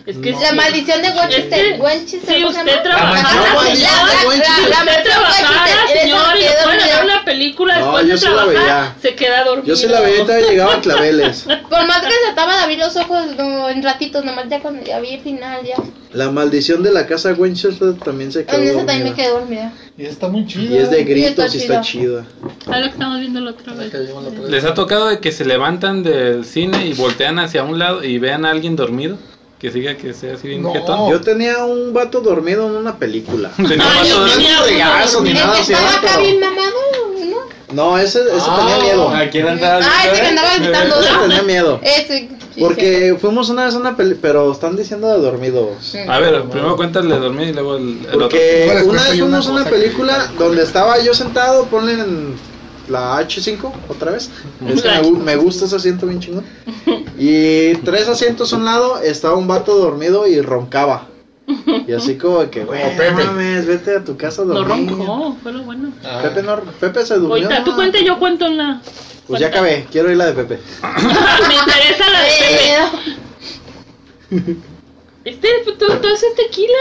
Es que
La
sí.
maldición de Winchester. Winchester.
Si
¿cómo se llama?
usted trabajara,
maldición,
señor,
la-
si
Winchester.
la-
usted
la-
trabajara,
Winchester,
señor, y
eres
le
la
ponen a ver
dormida.
una película
No,
después
yo
de
sí la
trabajar,
veía.
se queda dormido.
Yo sí la veía y todavía llegaba a claveles.
Por más que trataba de abrir los ojos no, en ratitos, nomás ya cuando ya vi el final, ya.
La maldición de la casa Winchester también se quedó
En esa
dormida.
también me quedé dormida.
Y está muy chido.
Y es de gritos
está
y está chida.
Ah, lo que estamos viendo la otra
La
vez.
que vimos la otra vez.
¿Les ha tocado de que se levantan del cine y voltean hacia un lado y vean a alguien dormido? Que siga que sea así bien
No.
jetón.
Yo tenía un vato dormido en una película.
Tenía
Ay,
vato
yo
de-
tenía
regazo,
uno
ni
El
nada.
dormido.
que
sí,
estaba
pero-
acá bien mamado, ¿no?
No, ese, ese
Ah,
tenía miedo.
¿A quién andabas?
Ah, ese que andaba gritando.
Ese Eh, tenía miedo.
Ese, Eh, sí, sí.
Porque fuimos una vez a una peli, pero están diciendo de dormidos.
A ver, primero cuéntale dormí y luego el, el otro.
Hijo,
Porque
les
una
cuento
vez
yo una
fuimos a una
cosa que
película
me-
donde estaba yo sentado, ponle en la H5 otra vez. Es que me, gu- me gusta ese asiento
(laughs)
bien chingón. Y tres asientos a un lado estaba un vato dormido y roncaba. Y así como que, güey,
Como Pepe.
no mames, vete a tu casa a
No
dormir.
roncó, fue lo bueno.
Ah,
Pepe, no, Pepe se durmió.
Ahorita
no.
tú cuenta y yo cuento la. (laughs)
Pues ya acabé, quiero ir la de Pepe.
Me interesa la
Eh,
de Pepe. Este, todo, todo eso es tequila.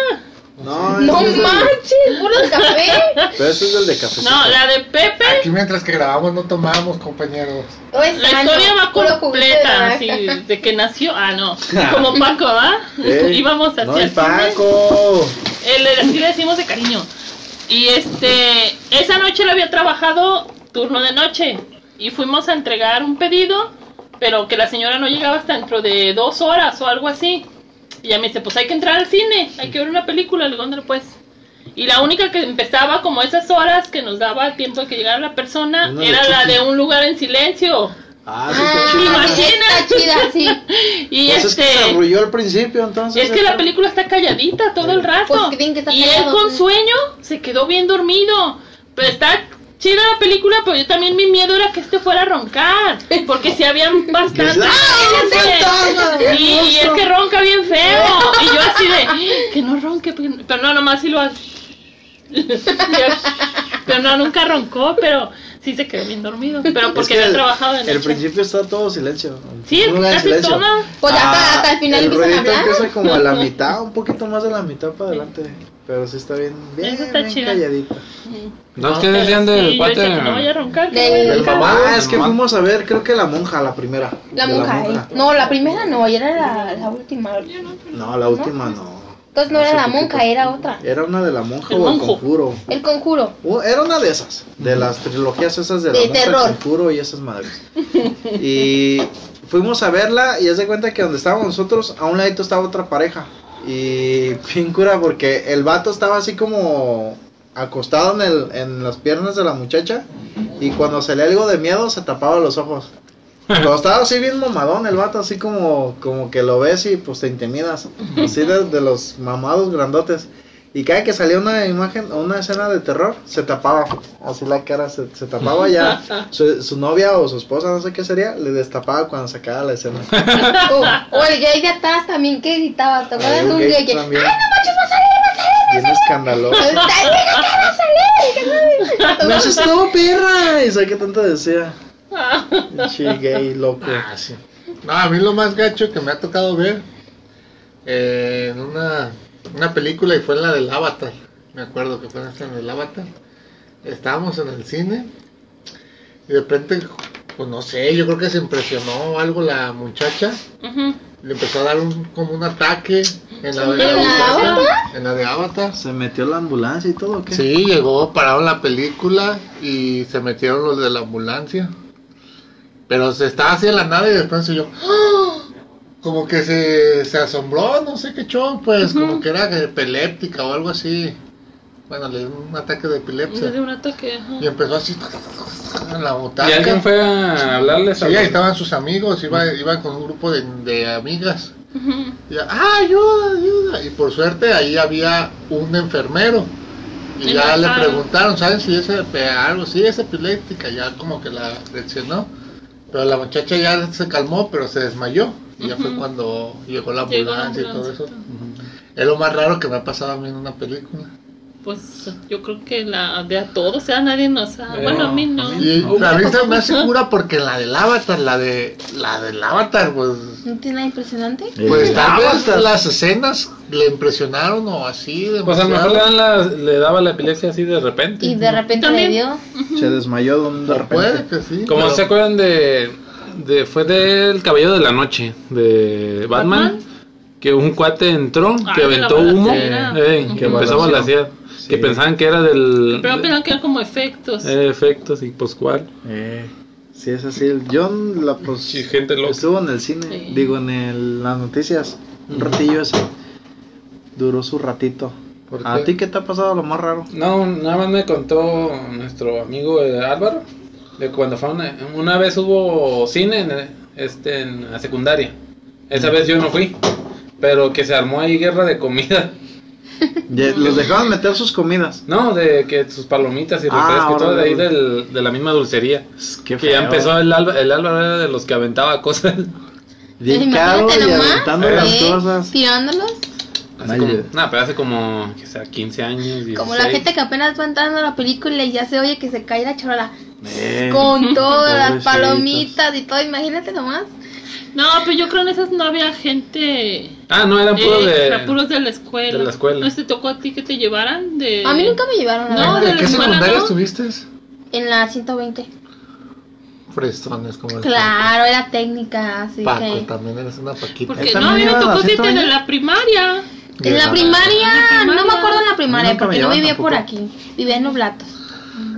No,
No
ese es el-
manches,
(laughs)
puro café.
Pero ese es el de café.
No, la de Pepe.
Aquí mientras que grabamos no tomamos, compañeros.
Oye,
La
santo,
historia va
Ah, puro juguito de
completa,
naranja.
así, de que nació, ah, no, como Paco, ¿ah?
Ey,
(laughs) (laughs) Íbamos hacia
no, el
el cine.
Paco.
El, el- así Eh, le decimos de cariño. Y este, esa noche lo había trabajado turno de noche y fuimos a entregar un pedido, pero que la señora no llegaba hasta dentro de dos horas o algo así. Y ella me dice, pues hay que entrar al cine, hay que ver una película, le digo, "Ándale, pues. Y la única que empezaba como esas horas que nos daba tiempo de que llegara la persona
Una de
era la
Chucky.
de un lugar en silencio.
Ah, sí, está chido.
Ah, sí,
Imagina.
está chida, sí.
Y
Pues es
este...
que se arrulló al principio, entonces.
Es que la
eso.
película está calladita todo el rato.
Pues, creen que está
y él
callado,
con
sí.
sueño se quedó bien dormido. Pero está chida la película, pero yo también mi miedo era que este fuera a roncar. Porque si
(laughs)
habían bastantes. y, y es que ronca bien feo. Y yo así de, "Ah, que no ronque. porque- Pero no, nomás si lo hace. (laughs) pero no, nunca roncó, pero sí se quedó bien dormido. Pero porque
Es que
había
el-
trabajado en
El principio está todo silencio.
Sí,
Todo en
casi todo.
Pues hasta- hasta el final
el
empiezan a
ruidito
hablar.
empieza como a
(laughs)
la mitad, un poquito más de la mitad para adelante. Pero sí está bien, bien,
Eso está
bien
chido.
calladito.
¿No es que decían del
yo decía que
cuate?
no vaya a roncar. que no
De-
vaya a
del
roncar.
mamá.
Ah, es que
Mamá.
fuimos a ver, creo que la monja, la primera.
La
de
monja, eh. No, la primera no, ya era la, la última. Entonces
No, la última no.
no era
sé
la
qué
monja,
tipo.
era otra.
Era una de la monja
El
o el
monjo.
conjuro.
(laughs)
El conjuro.
Uh, Era una de esas, de las trilogías esas de,
De
la monja, el
terror.
conjuro y esas madres. Y fuimos a verla y haz de cuenta que donde estábamos nosotros, a un ladito estaba otra pareja. Y bien cura porque el vato estaba así como acostado en, el, en las piernas de la muchacha y cuando se le algo de miedo se tapaba los ojos. Pero estaba así bien mamadón el vato, así como, como que lo ves y pues te intimidas. Así de, de los mamados grandotes. Y cada que salía una imagen, una escena de terror, se tapaba. Así la cara se, se tapaba
(laughs)
ya. Su, su novia o su esposa, no sé qué sería, le destapaba cuando sacaba la
(laughs)
escena.
O, o Oh, el gay de atrás también que gritaba. ¿Te acuerdas de un gay que. ¡Ay, no
también.
manches, va a salir, va a salir!
Bien escandaloso.
(laughs) ¡Ay, mira que va a salir! que
¡Me
(laughs) no-
asustó, perra! Y sé qué tanto
(laughs)
decía. Chiguey, loco.
Ah, sí. No, a mí lo más gacho que me ha tocado ver eh, en una, una película y fue en la del Avatar. Me acuerdo que fue en el Avatar. Estábamos en el cine y de repente, pues no sé, yo creo que se impresionó algo la muchacha.
Ujú.
Le empezó a dar un, como un ataque en la, de-
¿En la
habitación,
Avatar?
en la de Avatar.
¿Se metió la ambulancia y todo o qué?
Sí, llegó, pararon la película y se metieron los de la ambulancia. Pero se estaba hacia la nave y después yo, ¡ah! como que se, se asombró, no sé qué chon, pues como que era epiléptica o algo así. Bueno, le dio un ataque de
Desde
epilepsia
un ataque. ajá.
y empezó así en la
¿Y alguien
butaca.
fue a hablarles?
Sí,
a
Pues ahí
los-
estaban sus amigos, iba, iba con un grupo de, de amigas.
Ujú.
Y, ah, ayuda, ayuda. Y por suerte ahí había un enfermero. Y
Y
ya
la
le
dejaron.
preguntaron, ¿saben si es epe- algo? Sí, es epiléptica. Ya como que la reaccionó. Pero la muchacha ya se calmó, pero se desmayó. Y ya fue cuando llegó la
Llegó la
ambulancia y todo eso.
ambulancia.
Es lo más raro que me ha pasado a mí en una película.
Pues yo creo que la de a todos, o sea, nadie nos ha.
Eh,
bueno, a mí
a
no.
mí
Y la vista me
(laughs)
hace cura porque la del avatar, la de la del avatar, pues
¿No tiene nada impresionante?
Pues
Eh,
tal vez las escenas le impresionaron o así.
Pues a lo mejor
demasiado.
le, dan la- le daba la epilepsia así de repente.
Y de repente le
También.
dio.
Se desmayó de un de
Puede
repente.
que sí.
Como
pero-
se acuerdan de, de- Fue del Caballero de la Noche, de Batman.
Batman.
Que un cuate entró,
Ah,
que
de la
aventó humo,
balacera.
eh, que
Ujú.
empezó a balasear.
Sí.
Que pensaban que era del.
Pero pensaron que eran como efectos.
eh, efectos y pues cuál.
Eh, sí, es así. El John la pues,
Sí, gente loca.
estuvo en el cine,
Sí.
digo, en el- las noticias. Un ratillo ese. Duró su ratito.
¿Por
¿A
qué?
ti qué te ha pasado lo más raro?
No, nada más me contó nuestro amigo eh, Álvaro de cuando fue una, una vez hubo cine en, este, en la secundaria. Esa vez yo no fui, pero que se armó ahí guerra de comida. (laughs)
(laughs)
Ya, Los dejaban meter sus comidas.
No, de que sus palomitas y
Ah,
refresco, todo de
órale,
ahí
órale.
del- de la misma dulcería.
Qué
Que ya
feo.
empezó el Alba, el Álvaro era de los que aventaba cosas.
Bien caro
Imagínate
y
nomás,
aventando
eh,
las
eh,
cosas.
Tirándolos.
Hace
Ay,
como,
Dios.
nah, pero hace como, que sea, 15 años.
Como la
16.
gente que apenas va entrando a la película y ya se oye que se cae la charola.
Eh, (laughs)
Con todas las
Pobrecitos.
palomitas y todo, imagínate nomás.
No, pues yo creo en esas no había gente.
Ah, no, eran puros
eh,
de...
era puros de la escuela.
de la escuela.
¿No te tocó a ti que te llevaran de.?
A mí nunca me llevaron la
No,
verdad.
de
¿En
la
qué
escuela,
secundaria
no?
estuviste?
En la 120.
Fresones como el
Claro, era técnica, así
Paco.
que.
Paco, también eres una paquita.
Porque
Esta
no, a mí me
mierda,
tocó
¿sí
siete
todavía?
de la primaria.
En la primaria, no me acuerdo en la primaria,
Nunca me
porque no
llevaron
vivía por
tampoco.
aquí. Vivía en Noblatos.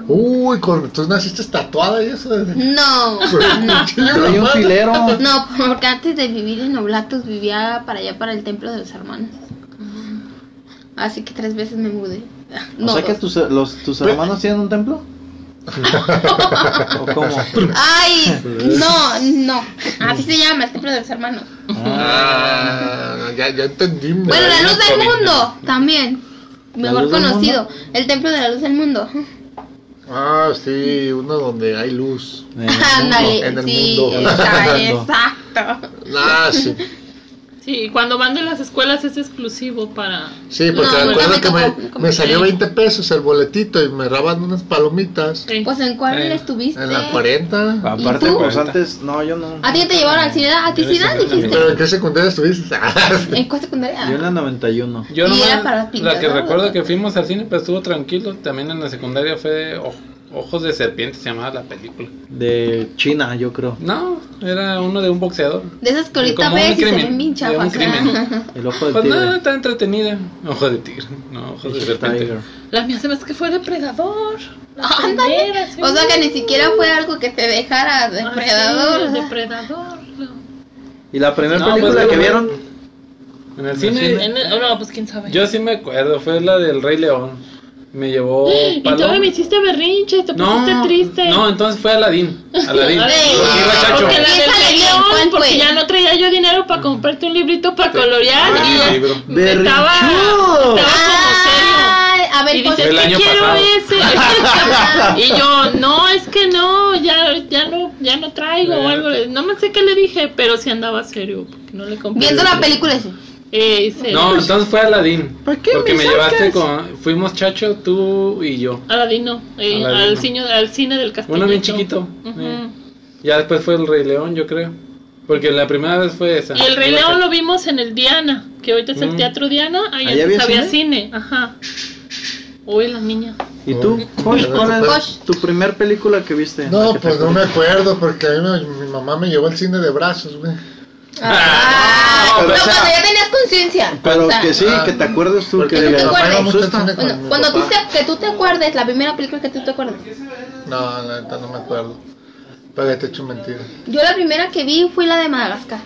Uy, con- tú naciste tatuada y eso.
(laughs)
desde-
(laughs)
No, no.
Hay un filero.
No, porque antes de vivir en Oblatos vivía para allá, para el templo de los hermanos. Así que tres veces me mudé. No,
o sea que
dos.
tus, los, tus hermanos tienen un
(laughs)
templo. ¿O cómo? (laughs)
Ay, no, no. Así se llama el templo de los hermanos.
(laughs) Ah, ya, ya entendí. me
Bueno,
da
la
una
luz del
comida.
mundo también.
¿La
Mejor
luz del
conocido,
mundo?
el templo de la luz del (laughs) mundo.
Ah, sí, uno donde hay luz.
Eh,
en
Ándale,
el
sí, (laughs)
mundo.
esa,
En el mundo.
exacto.
Ah, sí.
Sí, cuando van de las escuelas es exclusivo para.
Sí, porque
(laughs) No,
recuerdo
nunca
que
me
me,
tocó, nunca
me
me
salió
tocó.
20 pesos el boletito y me daban unas palomitas
Sí.
Pues en cuál
Eh,
estuviste.
en la 40.
Aparte,
¿Y tú?
pues antes, no, yo no.
¿A ti te llevaron al cine? ¿A ti sí dan? dijiste?
¿Pero en qué secundaria estuviste? (laughs)
¿En cuál secundaria?
Yo en la 91.
Yo
Y
nomás-
era para pintar,
la que
¿no?
recuerdo que fuimos al cine, pero estuvo tranquilo. También en la secundaria fue Oj- Ojos de Serpiente, se llamaba la película.
De China, yo creo.
No, era uno de un boxeador.
De esas que ahorita
Como un
ves y se
crimen,
ven bien
de un
chafas.
crimen.
El ojo del
Pues no,
tigre.
está entretenida. Ojo de tigre, no, ojos de
Tiger.
serpiente.
La mía se me hace que fue depredador. La
(laughs) Ándale.
primera, sí.
O sea que ni siquiera fue algo que te dejara depredador.
Ah, sí, el
¿verdad?
depredador.
Y la primera
No,
película
pues,
que
no,
vieron.
En el cine,
En el- oh, no, pues quién sabe.
yo sí me acuerdo, fue la del Rey León. Me
(gasps)
llevó
y
Paloma.
todavía me hiciste berrinche, te pusiste
no,
triste.
no, entonces fue
(laughs)
Aladín. Aladín.
Ay,
Porque iba Chacho.
Porque la
Chacho.
del
Piénsale bien,
León,
¿cuál
porque
fue?
ya no traía yo dinero para comprarte un librito para colorear.
Ah,
y
libro.
Estaba,
Berrinchudo.
estaba como
Ay, Ah, a ver,
serio. Y
pues,
Fue el
(laughs)
dices,
año
"¿Qué quiero
pasado".
ese? (laughs) y yo, no, es que no, ya, ya no, ya no traigo o algo. No me sé qué le dije, pero sí andaba serio, porque no le compré.
viendo la película sí.
Eh, hice-
No, entonces fue Aladín.
¿Por Pues, qué
Porque
me
me llevaste
sacas?
con. Fuimos Chacho, tú y yo.
Aladino, eh,
Aladino.
Al, cine, al cine del castillo.
Uno bien chiquito. eh. Ya después fue el Rey León, yo creo. Porque la primera vez fue esa.
Y el Rey León lo vimos en el Diana, que ahorita es el
Mm.
Teatro Diana, ahí
¿Allá
antes
había
había cine. Ajá. Uy, la niña.
¿Y tú? Josh, ¿Cuál
Josh.
es tu primer película que viste? La
No,
que te
pues no
acuerdas.
me acuerdo porque a mí me- mi mamá me llevó al cine de brazos, güey.
Ah,
no,
pero
pero-
cuando ya tenías conciencia.
Pero
o sea,
que sí,
Ah,
que te acuerdas tú
porque
que
mi
le
papá iba
agarraron
mucho al
susto.
cine.
bueno,
mi
cuando tú
papá.
te, que tú te acuerdes, la primera película que tú te acuerdas.
No, la neta no me acuerdo. Pero te he hecho mentira.
Yo la primera que vi fue la de Madagascar,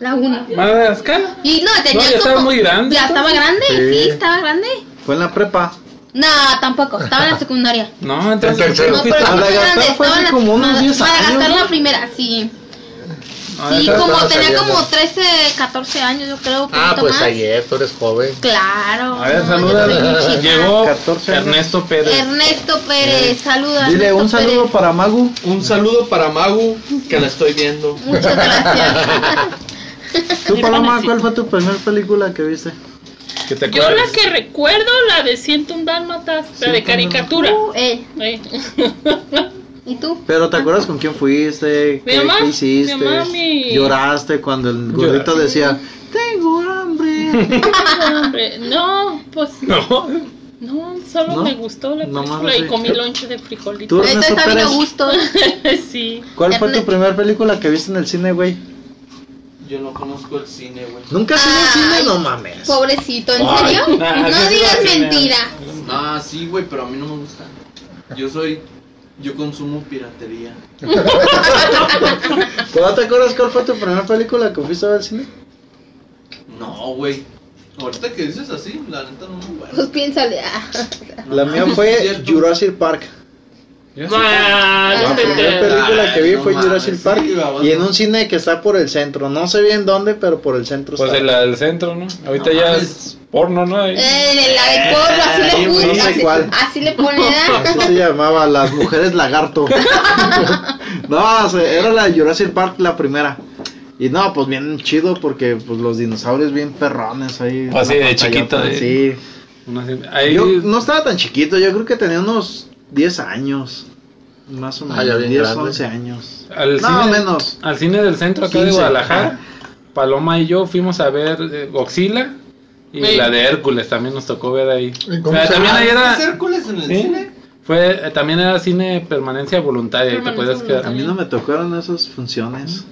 la 1.
¿Madagascar?
Y no, tenía
No, ya
como-
estaba muy grande,
Ya estaba grande,
Sí.
sí, estaba grande.
Fue en la prepa.
No, tampoco, estaba en la secundaria.
No, entonces.
El tercero.
No, pero
Madagascar
estaba grande,
fue
estaba
hace
en la-
como unos
Mada-
10 años,
Madagascar
¿no?
la primera, sí.
Ah,
Sí,
esa
como
estaba
tenía
saliendo.
como 13, 14 años, yo creo.
Ah,
poquito
pues
más.
ayer, tú eres joven.
Claro.
A ver,
no,
saluda.
yo soy muy chica.
Llegó
14 años.
Ernesto Pérez.
Ernesto Pérez, saluda.
Eh, Dile
Ernesto
un saludo
Pérez.
para Magu.
Un saludo para Magu, que la estoy viendo.
Muchas gracias.
(laughs) Tú, Paloma,
panecito.
¿cuál fue tu primer película que viste?
que te
Yo la
acuerdas.
que recuerdo, la de 101 Dálmatas, la de caricatura.
Uh, eh,
(laughs) Eh.
¿Y tú?
Pero ¿te acuerdas con quién fuiste?
Mi
¿Qué,
mamá,
qué
mi
hiciste?
mami.
¿Lloraste cuando el gordito decía, tengo hambre?
Hombre, no, pues
No.
no, solo
No,
me gustó la
nomás
película
así.
y comí lonche de frijolitos.
Tú,
Esto
Ernesto
está bien a
Pérez.
gusto.
(laughs) sí.
¿Cuál fue tu
Ernesto.
primer película que viste en el cine, güey?
Yo no conozco el cine, güey.
¿Nunca has ido al
Ay.
cine? No mames.
Pobrecito, ¿en serio?
nah, sí,
no
sí,
digas
sí, sí,
mentira.
Ah, sí, güey, pero a mí no me gusta. Yo soy. Yo consumo piratería.
¿No te acuerdas cuál fue tu primera película que fuiste a ver al cine?
No, güey. Ahorita que dices así, la neta no me acuerdo.
Pues piénsale. ah.
No,
La
no,
mía
no es
fue
(laughs) cierto.
Jurassic Park.
Yo sí.
Ah.
Bah,
La
Ah, no te
primera
creo.
película que vi
Ah, no
fue
mames,
Jurassic
sí,
Park
baboso.
y en un cine que está por el centro. No sé bien dónde, pero por el centro
Pues
está.
el, el centro, ¿no? Ahorita
No
ya
mames.
es porno, ¿no? Ahí.
Eh, la de porno, así
Ay,
le
güey,
pone.
no sé
así-
cuál.
Así le
(laughs)
pone, ¿verdad?
Así se llamaba Las Mujeres Lagarto. no, se- era la de Jurassic Park la primera. Y no, pues bien chido porque pues los dinosaurios bien perrones ahí.
Así de
Una pantallota,
chiquito, de-
Sí.
No sé, ahí-
Yo no estaba tan chiquito, yo creo que tenía unos 10 años. Más o menos.
Ah, ya bien
10,
grande.
11 años.
al
No,
cine,
menos.
Al cine del centro acá de
15.
Guadalajara. Paloma y yo fuimos a ver eh, Godzilla y
Sí.
la de Hércules también nos tocó ver ahí.
¿Y cómo
O sea,
se
Eh, también
llama?
ahí era.
¿Es Hércules en el
¿Sí?
cine?
Fue, eh, también era cine permanencia voluntaria, y te
Permanencia
podías
A
quedar.
mí no me tocaron esas funciones.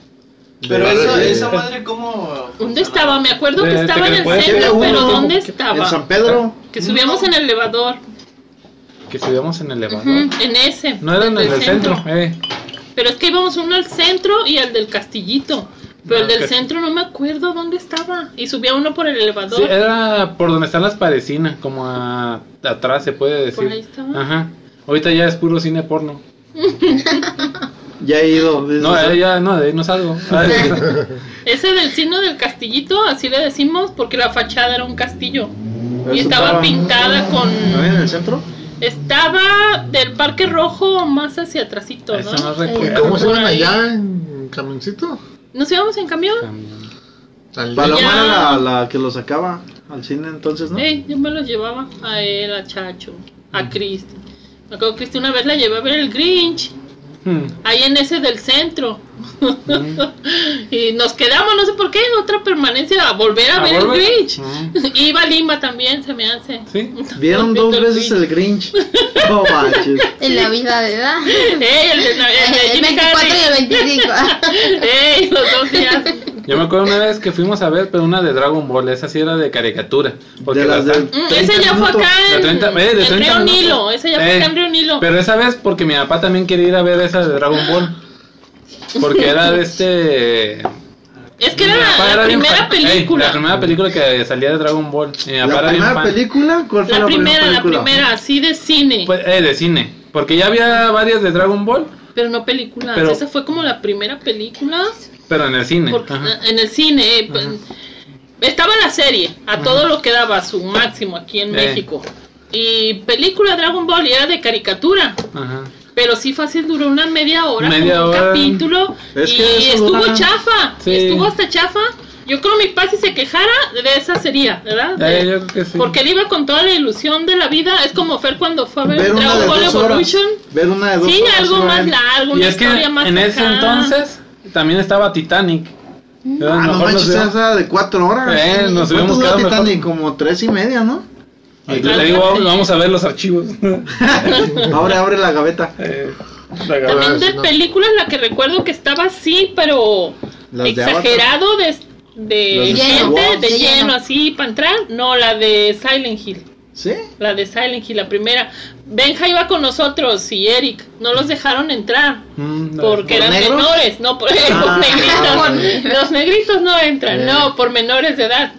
Pero
De-
eso,
de-
esa madre, ¿cómo?
¿Dónde estaba? Me acuerdo que
Eh,
estaba en
¿te
el
puedes
ir de
centro,
uno,
pero
como
¿dónde
En San
estaba?
Pedro.
Que subíamos en el elevador.
Que subíamos en el elevador.
Ujú, En ese.
No eran en el centro, eh.
Pero es que íbamos uno al centro y al del castillito. Pero el
Ah,
del
ok.
centro no me acuerdo dónde estaba. Y subía uno por el elevador.
Sí, eh, era por donde están las parecinas, como a- atrás se puede decir.
Por ahí estaba.
Ajá. Ahorita ya es puro cine porno.
Ya he ido. dices,
No, ahí ya no, de ahí no
(laughs)
salgo. Ah,
Ese del signo del castillito, así le decimos, porque la fachada era un castillo.
Eso
Y estaba
estaba.
pintada
¿No había
con...
en el centro?
Estaba del Parque Rojo más hacia atrásito,
(laughs) Eso no
¿no?
¿Y
recuerdo.
cómo se
Por
iban
ahí.
allá en camioncito?
¿Nos íbamos en camión?
Al-
Palomar
Ya.
era la, la que lo sacaba al cine entonces, ¿no?
Eh, yo me los llevaba a él, a Chacho, a Cristi. Me acuerdo que Cristi una vez la llevé a ver el Grinch,
Hmm.
ahí en ese del centro.
Mm.
(laughs) y nos quedamos, no sé por qué, en otra permanencia, a volver a,
¿A
ver
volver? Mm.
el Grinch.
Ujú.
Iba a Lima también, se me hace.
Sí.
Vieron
Viendo
dos
el
veces el Grinch.
(laughs)
No manches.
En la vida, ¿verdad?
Ey, el de, Nav- el de
El
Jim
24
Carrey.
y
(laughs)
el 25.
Ey, los dos días.
Yo me acuerdo una vez que fuimos a ver, pero una de Dragon Ball, esa sí era de caricatura. Porque
De las
la-
del-
Mm, ese ya fue
30
acá
de
en,
30, eh, de
en
30
Río
minutos.
Nilo. Ese ya fue
Eh,
acá en Río Nilo.
Pero esa vez porque mi papá también quería ir a ver esa de Dragon Ball. Porque era de este.
es que era
mi
la,
papá
la
era bien
primera
fan- Ey,
película.
la primera película que salía de Dragon Ball. Y Mi papá
¿La
era bien
primera
fan.
película? ¿Cuál fue
la,
la,
primera, la
película?
primera, así de cine.
Pues, eh, de cine. Porque ya había varias de Dragon Ball,
pero no películas.
pero-
esa fue como la primera película.
pero en el cine.
Porque,
Ajá.
en el cine. eh, pues, estaba la serie, a todo lo que daba su máximo aquí en
Eh.
México. Y película Dragon Ball y era de caricatura.
Ajá.
Pero sí fácil duró una media hora,
Media
como un
hora.
capítulo
Es
y
que eso
estuvo
dura.
chafa,
Sí.
estuvo hasta chafa. Yo creo mi papá si se quejara de esa sería, ¿verdad?
Ya,
De-
ya, Eh, yo creo que sí.
Porque él iba con toda la ilusión de la vida, es como Fer cuando fue a ver,
Ver una de
Dragon Ball
dos horas.
Evolution.
Ver una de dos
Sí,
horas,
algo
iba
más
bien.
largo,
y
una
es que
historia más
en ese
acá.
entonces también estaba Titanic. Era
Ah, no
mejor
manches,
nos veo-
esa era de cuatro horas.
Eh, nos
¿Cuánto
hubiéramos
dura
quedado mejor.
Titanic? Como tres y media, ¿no?
Y te digo, vamos- vamos a ver los archivos. (laughs)
Ahora abre la gaveta.
Eh,
También de
no.
películas la que recuerdo que estaba así, pero
Las de
exagerado de, de
Las
gente,
de
Star Wars.
de
Sí, lleno.
lleno así para entrar. No, la de Silent Hill.
¿Sí?
La de Silent Hill, la primera. Benja iba con nosotros y Eric. No los dejaron entrar.
mm,
Porque
¿Por
eran
negros?
menores, no por (laughs)
Ah.
por negritos. Los negritos no entran,
Eh.
no, por menores de edad.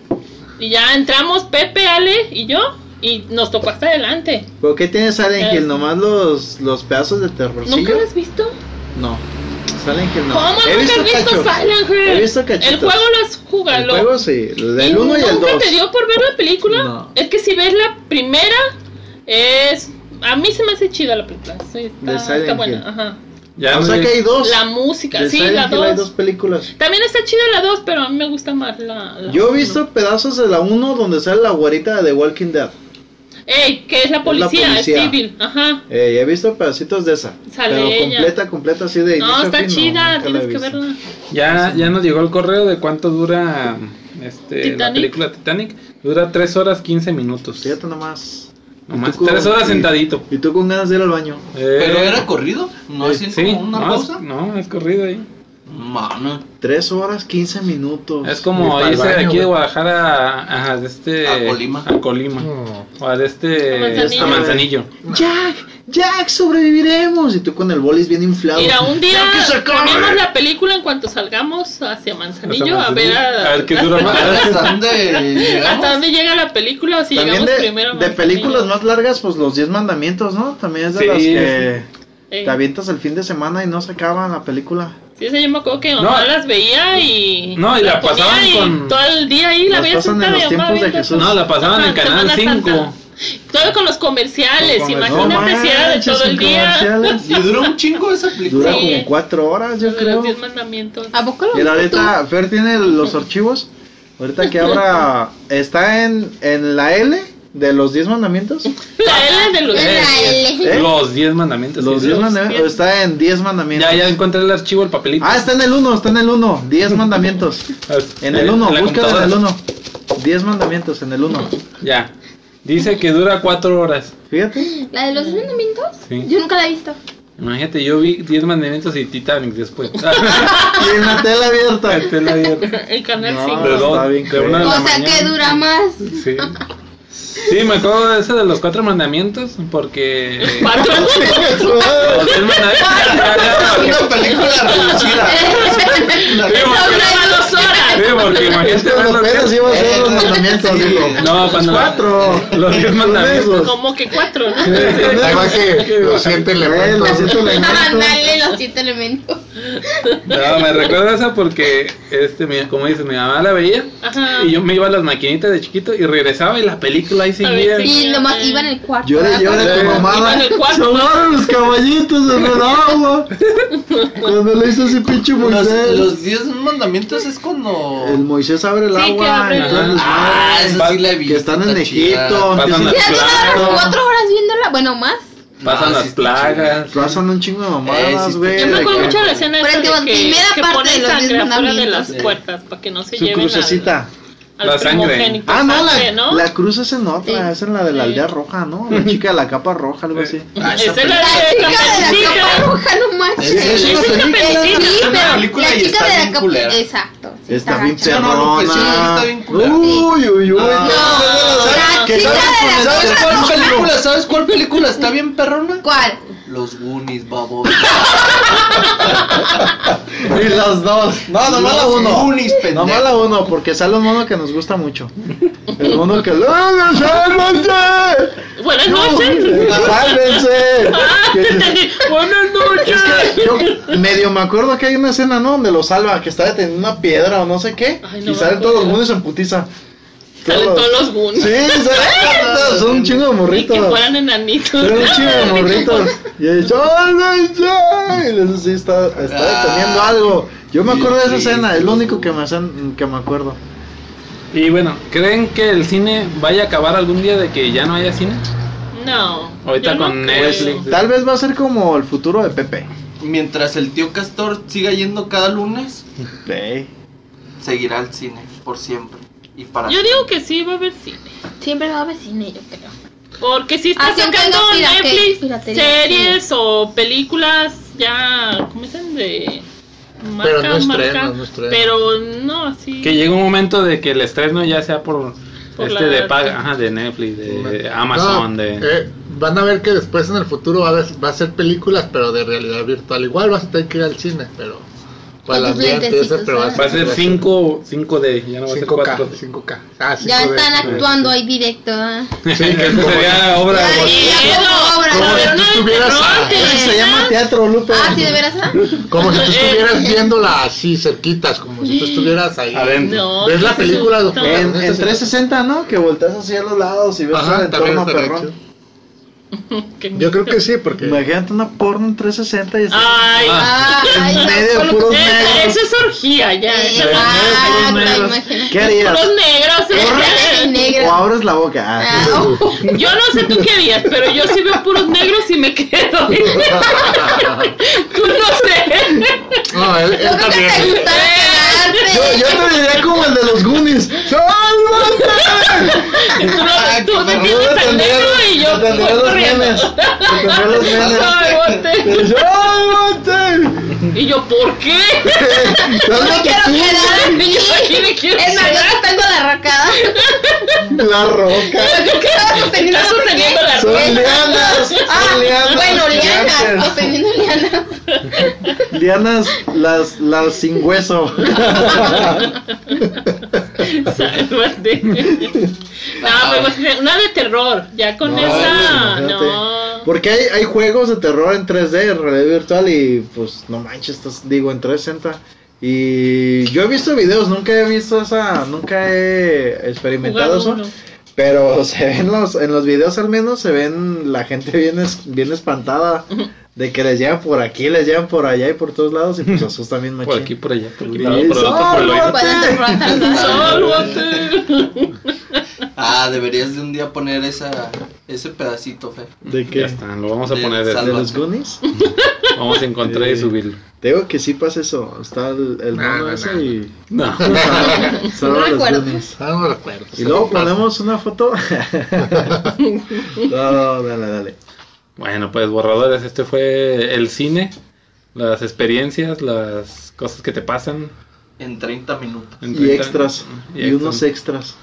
Y ya entramos Pepe, Ale y yo. Y nos tocó hasta adelante.
¿Pero qué tiene Silent
Eh.
Hill? ¿Nomás los, los pedazos de
¿Nunca
terrorcillo?
lo has visto?
No. Silent Hill no.
¿Cómo nunca
He visto
has visto
cachos.
Silent Hill?
He visto
El
cachitos.
juego lo has jugado.
El juego sí. El 1 y el
¿Nunca te
2.
dio por ver la película?
No.
Es que si ves la primera, es. A mí se me hace chida la película. sí, está,
De Silent
está buena.
Hill.
Ajá.
ya
O sea
no-
que hay dos.
La música,
De
sí,
Silent
la
Hill hay dos
dos.
películas.
También está chida la dos, pero a mí me gusta más la. la
Yo he
uno.
visto pedazos de la 1 donde sale la guarita de The Walking Dead.
Ey, que es la policía, es,
policía.
civil. Ajá.
Eh, he visto pedacitos de esa.
Sale
pero
ella.
completa, completa así de inicio
No,
a
está
fin,
chida,
nunca la
tienes
he
que
visto.
verla.
Ya, ya nos llegó el correo de cuánto dura este, la
Titanic.
película Titanic. Dura 3 horas 15 minutos.
Fíjate nomás.
Nomás
Y tú
3
con-
horas
y-
sentadito.
Y tú con ganas de ir al baño.
Eh,
¿Pero era corrido? ¿No
eh,
hacían como una
no,
pausa?
Es, no, es corrido ahí.
Mano.
3 horas 15 minutos.
Es como
Y pa'l
irse
baño,
de aquí
güey.
de Guadalajara a, a de este,
A Colima.
a Colima.
No.
O a de este.
A Manzanillo.
a Manzanillo.
Jack, Jack, sobreviviremos. Y tú con el bolis bien inflado.
Mira, un día
Ya que se acabe.
ponemos la película en cuanto salgamos hacia Manzanillo a ver a,
A ver qué
(laughs)
dura más.
¿Hasta dónde
hasta
llegamos?
dónde llega la película o si
También
llegamos
de,
primero. a
de
Manzanillo.
películas más largas, pues los 10 mandamientos, ¿no? También es de
Sí,
las que.
Eh,
Te avientas el fin de semana y no se acaba la película.
Sí, sí, yo me acuerdo que mamá
No.
las veía y.
No, y la
ponía
pasaban
y
con-
Todo el día ahí la
Las
veía
pasan en
sentada
los
y mamá
tiempos de
viendo-
Jesús.
No, la pasaban
Ajá,
en Canal
Semana
5.
Santa. Todo con los comerciales,
Con comer-
imagínate si era de
manches,
todo el
con
día.
comerciales.
Y duró un chingo esa película.
Dura
(laughs)
Sí.
como cuatro horas, yo
Los de los
creo.
diez mandamientos.
¿A poco lo
Y la
viste tú?
neta, Fer tiene los archivos. Ahorita que abra. Está en, en la L de los 10 mandamientos.
La L Ah, de los
Es la L.
¿Eh?
Los 10 mandamientos.
Los
sí,
10
sí.
mandamientos. Está en 10 mandamientos.
Ya, ya encontré el archivo, el papelito.
Ah, está en el 1, está en el 1.
(laughs)
10 mandamientos. En el 1,
la
búscalo en el
computadora.
1. 10 mandamientos en el 1.
Ya. Dice que dura 4 horas. (laughs)
Fíjate.
¿La de los mandamientos?
Sí.
Yo nunca la he visto.
Imagínate, yo vi 10 mandamientos y Titanic
(laughs)
después.
Y en la tela abierta. (laughs)
Te la dieron.
(laughs) El canal
No.
5.
De dos,
Ah, está bien
de
cruel.
una de
O
la
sea que
mañana.
dura más.
Sí. Sí, me acuerdo de ese de los cuatro mandamientos porque...
Para (laughs)
(laughs)
Los diez mandamientos-
Una película reducida.
Sí, porque-
Dura dos horas.
sí, porque imagínate
Este de
ver
los
los diez-
pedos iba a ser los mandamientos, digo.
No, cuando-
cuatro.
Los diez mandamientos.
Como que cuatro, ¿no?
Ahí va que lo siente el
Eh, los siete elementos.
Ándale los siete elementos.
No, me recuerdo esa porque, este, mi- como dices, mi mamá la veía
Ajá.
y yo me iba a las maquinitas de chiquito y regresaba y la película ahí seguía.
sí.
Y lo más iba en el cuarto.
Llora, llora
Sí.
tu mamá.
Iba en el cuarto.
Sonaron los caballitos en el agua. Cuando le hizo ese pinche
Los,
Moisés.
los diez mandamientos es
El
cuando.
Moisés abre el
Sí, que
agua.
abre el-
entonces,
Ah,
madre,
esa sí la vi.
que están en
está chida.
Egipto.
Pasan
empiezan-
las
Ya duraron
Claro.
cuatro horas viéndola. Bueno, más.
Pasan
No,
las
sí está
plagas.
Pasan un chingo de
Eh, sí,
mamadas,
sí.
güey.
Yo
de
me acuerdo
que-
mucho de la escena
Pero
esa
te digo,
de que,
primera
que
parte de
ponen
los
sangre
diez
afuera de
mandamientos.
las puertas para que no se
Su
lleven
crucecita.
al,
La
al
sangre.
primogénito.
Ah, no, la,
sangre, ¿no?
la cruz es en otra.
Sí.
Es en la de la
Sí.
aldea roja, ¿no? La chica de la capa roja, algo así.
Ah, esa
Esa es la
película-
de
La chica de la capa
Caperucita.
roja, no
Esa
manches.
es una
película.
Sí,
Es una
pero
película
la
y
chica
está
de la
bien
capa.
culera.
Exacto. sí
Está
Ah,
bien
gacha.
No, no, pues sí,
perrona.
está bien culera.
Uy, uy, uy.
Ah.
No, la
Que
chica
sabes
de la
poner-
¿Sabes
capa
cuál
roja.
película? ¿Sabes cuál película está bien perrona?
¿Cuál?
Los Goonies, babo.
Y las dos. No, nomás la
Los
uno.
Goonies, pendejo.
Nomás la uno, porque sale un mono que nos gusta mucho. El mono que. ¡Buenas noches!
Buenas
No,
noches. (laughs)
¡Sálvense! Que-
Entendí. Buenas noches.
Yo medio me acuerdo que hay una escena, ¿no? Donde lo salva, que está deteniendo una piedra o no sé qué.
Ay, no
y
me
salen todos los
acuerdo.
monos en putiza.
Salen todos los Goonies.
Sí,
(laughs)
salen todos. Son un chingo de
Y que
morritos.
fueran enanitos.
Son un
(laughs)
chingo de morritos. Y él, ¡Sálvense! Y eso sí, está, está deteniendo
Ah.
algo. Yo me acuerdo de esa
Sí,
escena, es lo
sí.
único que me, hacen, que me acuerdo.
Y bueno, ¿creen que el cine vaya a acabar algún día de que ya no haya cine?
No.
Ahorita
yo no
con
creo.
Netflix.
Tal vez va a ser como el futuro de Pepe.
Mientras el tío Castor siga yendo cada lunes,
Sí.
seguirá el cine por siempre. Y para
Yo digo que sí va a haber cine.
Siempre va a haber cine, yo creo.
Porque si está
Así aunque
sacando
Ah, no pirate-
Netflix
piratería,
series o películas ya, ¿cómo dicen? De marca,
Pero no
marca.
estreno, no estreno.
Pero no, así.
Que llegue un momento de que el estreno ya sea por,
Por
este
la-
de paga, ajá, de Netflix, de Amazon,
No,
de...
eh, van a ver que después en el futuro va a, haber- va a ser películas, pero de realidad virtual. Igual vas a tener que ir al cine, pero. Para
Con
las
tus
lentes,
lentecitos,
pero
¿eh?
Va a ser 5, 5D, ya no va a ser 4.
5K.
(laughs)
5K. Ah, 5D.
Ya están actuando ahí directo. ¿ah?
Sí, que eso sería obra
Ya,
de...
ya,
Miedo.
como obra,
Como
A
¿no?
ver,
si
una
tú
de
tuvieras
terror,
a-
de-
Se llama teatro, Lupe.
Ah, sí, de veras. ah?
Como si tú
Eh.
estuvieras viéndola así, cerquitas, como si tú estuvieras ahí.
Adentro.
No,
¿Ves
qué
la película?
susto.
doctor?
En, en 360, ¿no? Que volteas así a los lados y ves
Ajá,
el
también
entorno
estaría
perrón.
chido. Yo creo que sí, porque.
Imagínate una porno en 360 y estás
Ay,
Ah, ay,
en medio de
solo-
puros
esa,
negros.
esa es orgía ya.
Eh,
esa-
ah,
puros negros.
imagínate.
¿Qué harías?
Puros negros.
Puros
eh.
O
negros.
abres la boca. Ah,
Ah, ojo.
Yo no sé tú qué harías, pero yo sí veo puros negros y me quedo.
(laughs)
Tú no sé.
Ah.
(laughs) No, él, él
Yo creo que
también.
te gustaba
Yo,
quedarte.
yo te diría como el de los Goonies. ¡Sálvate!
Tú, no-
Ah,
tú
que
me
me
Yo
tienes al
tendría
negro
los-
y yo
tendría
voy
los
corriendo.
memes. Yo tendría los memes.
(laughs) Ay, volteé.
(laughs) ¡Sálvate!
(laughs)
Y yo, ¿por qué?
(laughs)
(laughs)
¡Sálvate
Quiero
tú!
quedar
Y
aquí.
yo, aquí me quiero
Es más, yo
quedar.
no tengo la racada.
La roca.
Yo
Estaba
creo que
sosteniendo
estás
no sé qué.
sosteniendo la
Son
roca.
lianas.
Ah,
Son lianas.
bueno, lianas.
gigantes.
Sosteniendo lianas.
Lianas, las, las sin hueso.
(laughs) Sálvate. No, me voy a hacer una de terror. Ya con
No,
esa.
imagínate.
No.
Porque hay, hay juegos de terror en 3D, en realidad virtual, y pues no manches, estás- digo, en 360. Y yo he visto videos, nunca he visto esa, nunca he experimentado eso.
Jugado uno.
Pero se ven los, en los videos al menos, se ven la gente bien, es- bien espantada de que les llevan por aquí, les llevan por allá y por todos lados
(laughs)
y pues asustan bien machín.
Por aquí, por allá, por
Y
aquí, por allá, por el otro, por el
dices, "Ah,
oído".
no,
Pueden
te-
entrar al lado.
¡Sálvate!
Ah, deberías de un día poner esa, ese pedacito, Fer.
¿De
Ya
qué?
está, lo vamos a
De
poner.
pues, ¿De
este.
salva.
los Goonies?
Vamos a encontrar y
Sí.
subirlo.
Te digo que sí pasa eso. Está el, el
Nah,
mono
nah,
ese
nah.
y...
No.
Solo los
recuerdo.
Goonies.
Ah, no recuerdo.
Y luego ponemos
(laughs)
una foto. no, no, dale, dale.
Bueno, pues borradores, este fue el cine, las experiencias, las cosas que te pasan.
En 30 minutos.
en
Y
30
extras.
y
Y,
extras.
unos extras.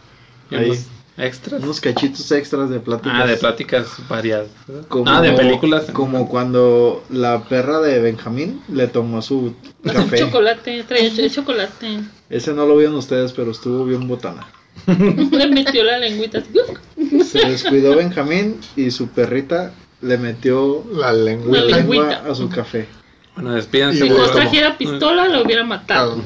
y
Ahí.
unos extras.
Unos cachitos extras de pláticas.
Ah, de pláticas variadas.
Como-
ah, de películas.
Como cuando la perra de Benjamín le tomó su
(laughs) Un
café.
chocolate, traía el chocolate. (laughs)
Ese no lo vieron ustedes, pero estuvo bien botana.
Le metió la lengüita. así.
Se descuidó Benjamín y su perrita le metió
La lengua.
la
Una
lengua
lengüita.
a su café.
Bueno,
Y
despídense.
Si
Bueno.
vos
borradores.
trajera pistola, lo hubiera matado.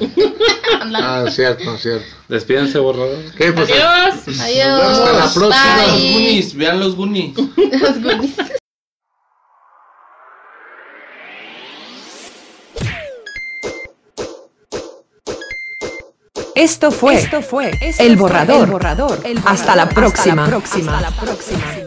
Ah, cierto, cierto.
Despídense, borrador.
Ah,
¿Qué pues?
Adiós.
Adiós.
Hasta la próxima.
Vean los
Bye.
Goonies, vean los Goonies.
Los Goonies.
Esto fue, Esto fue El Borrador. El borrador. Hasta la próxima. Hasta la próxima.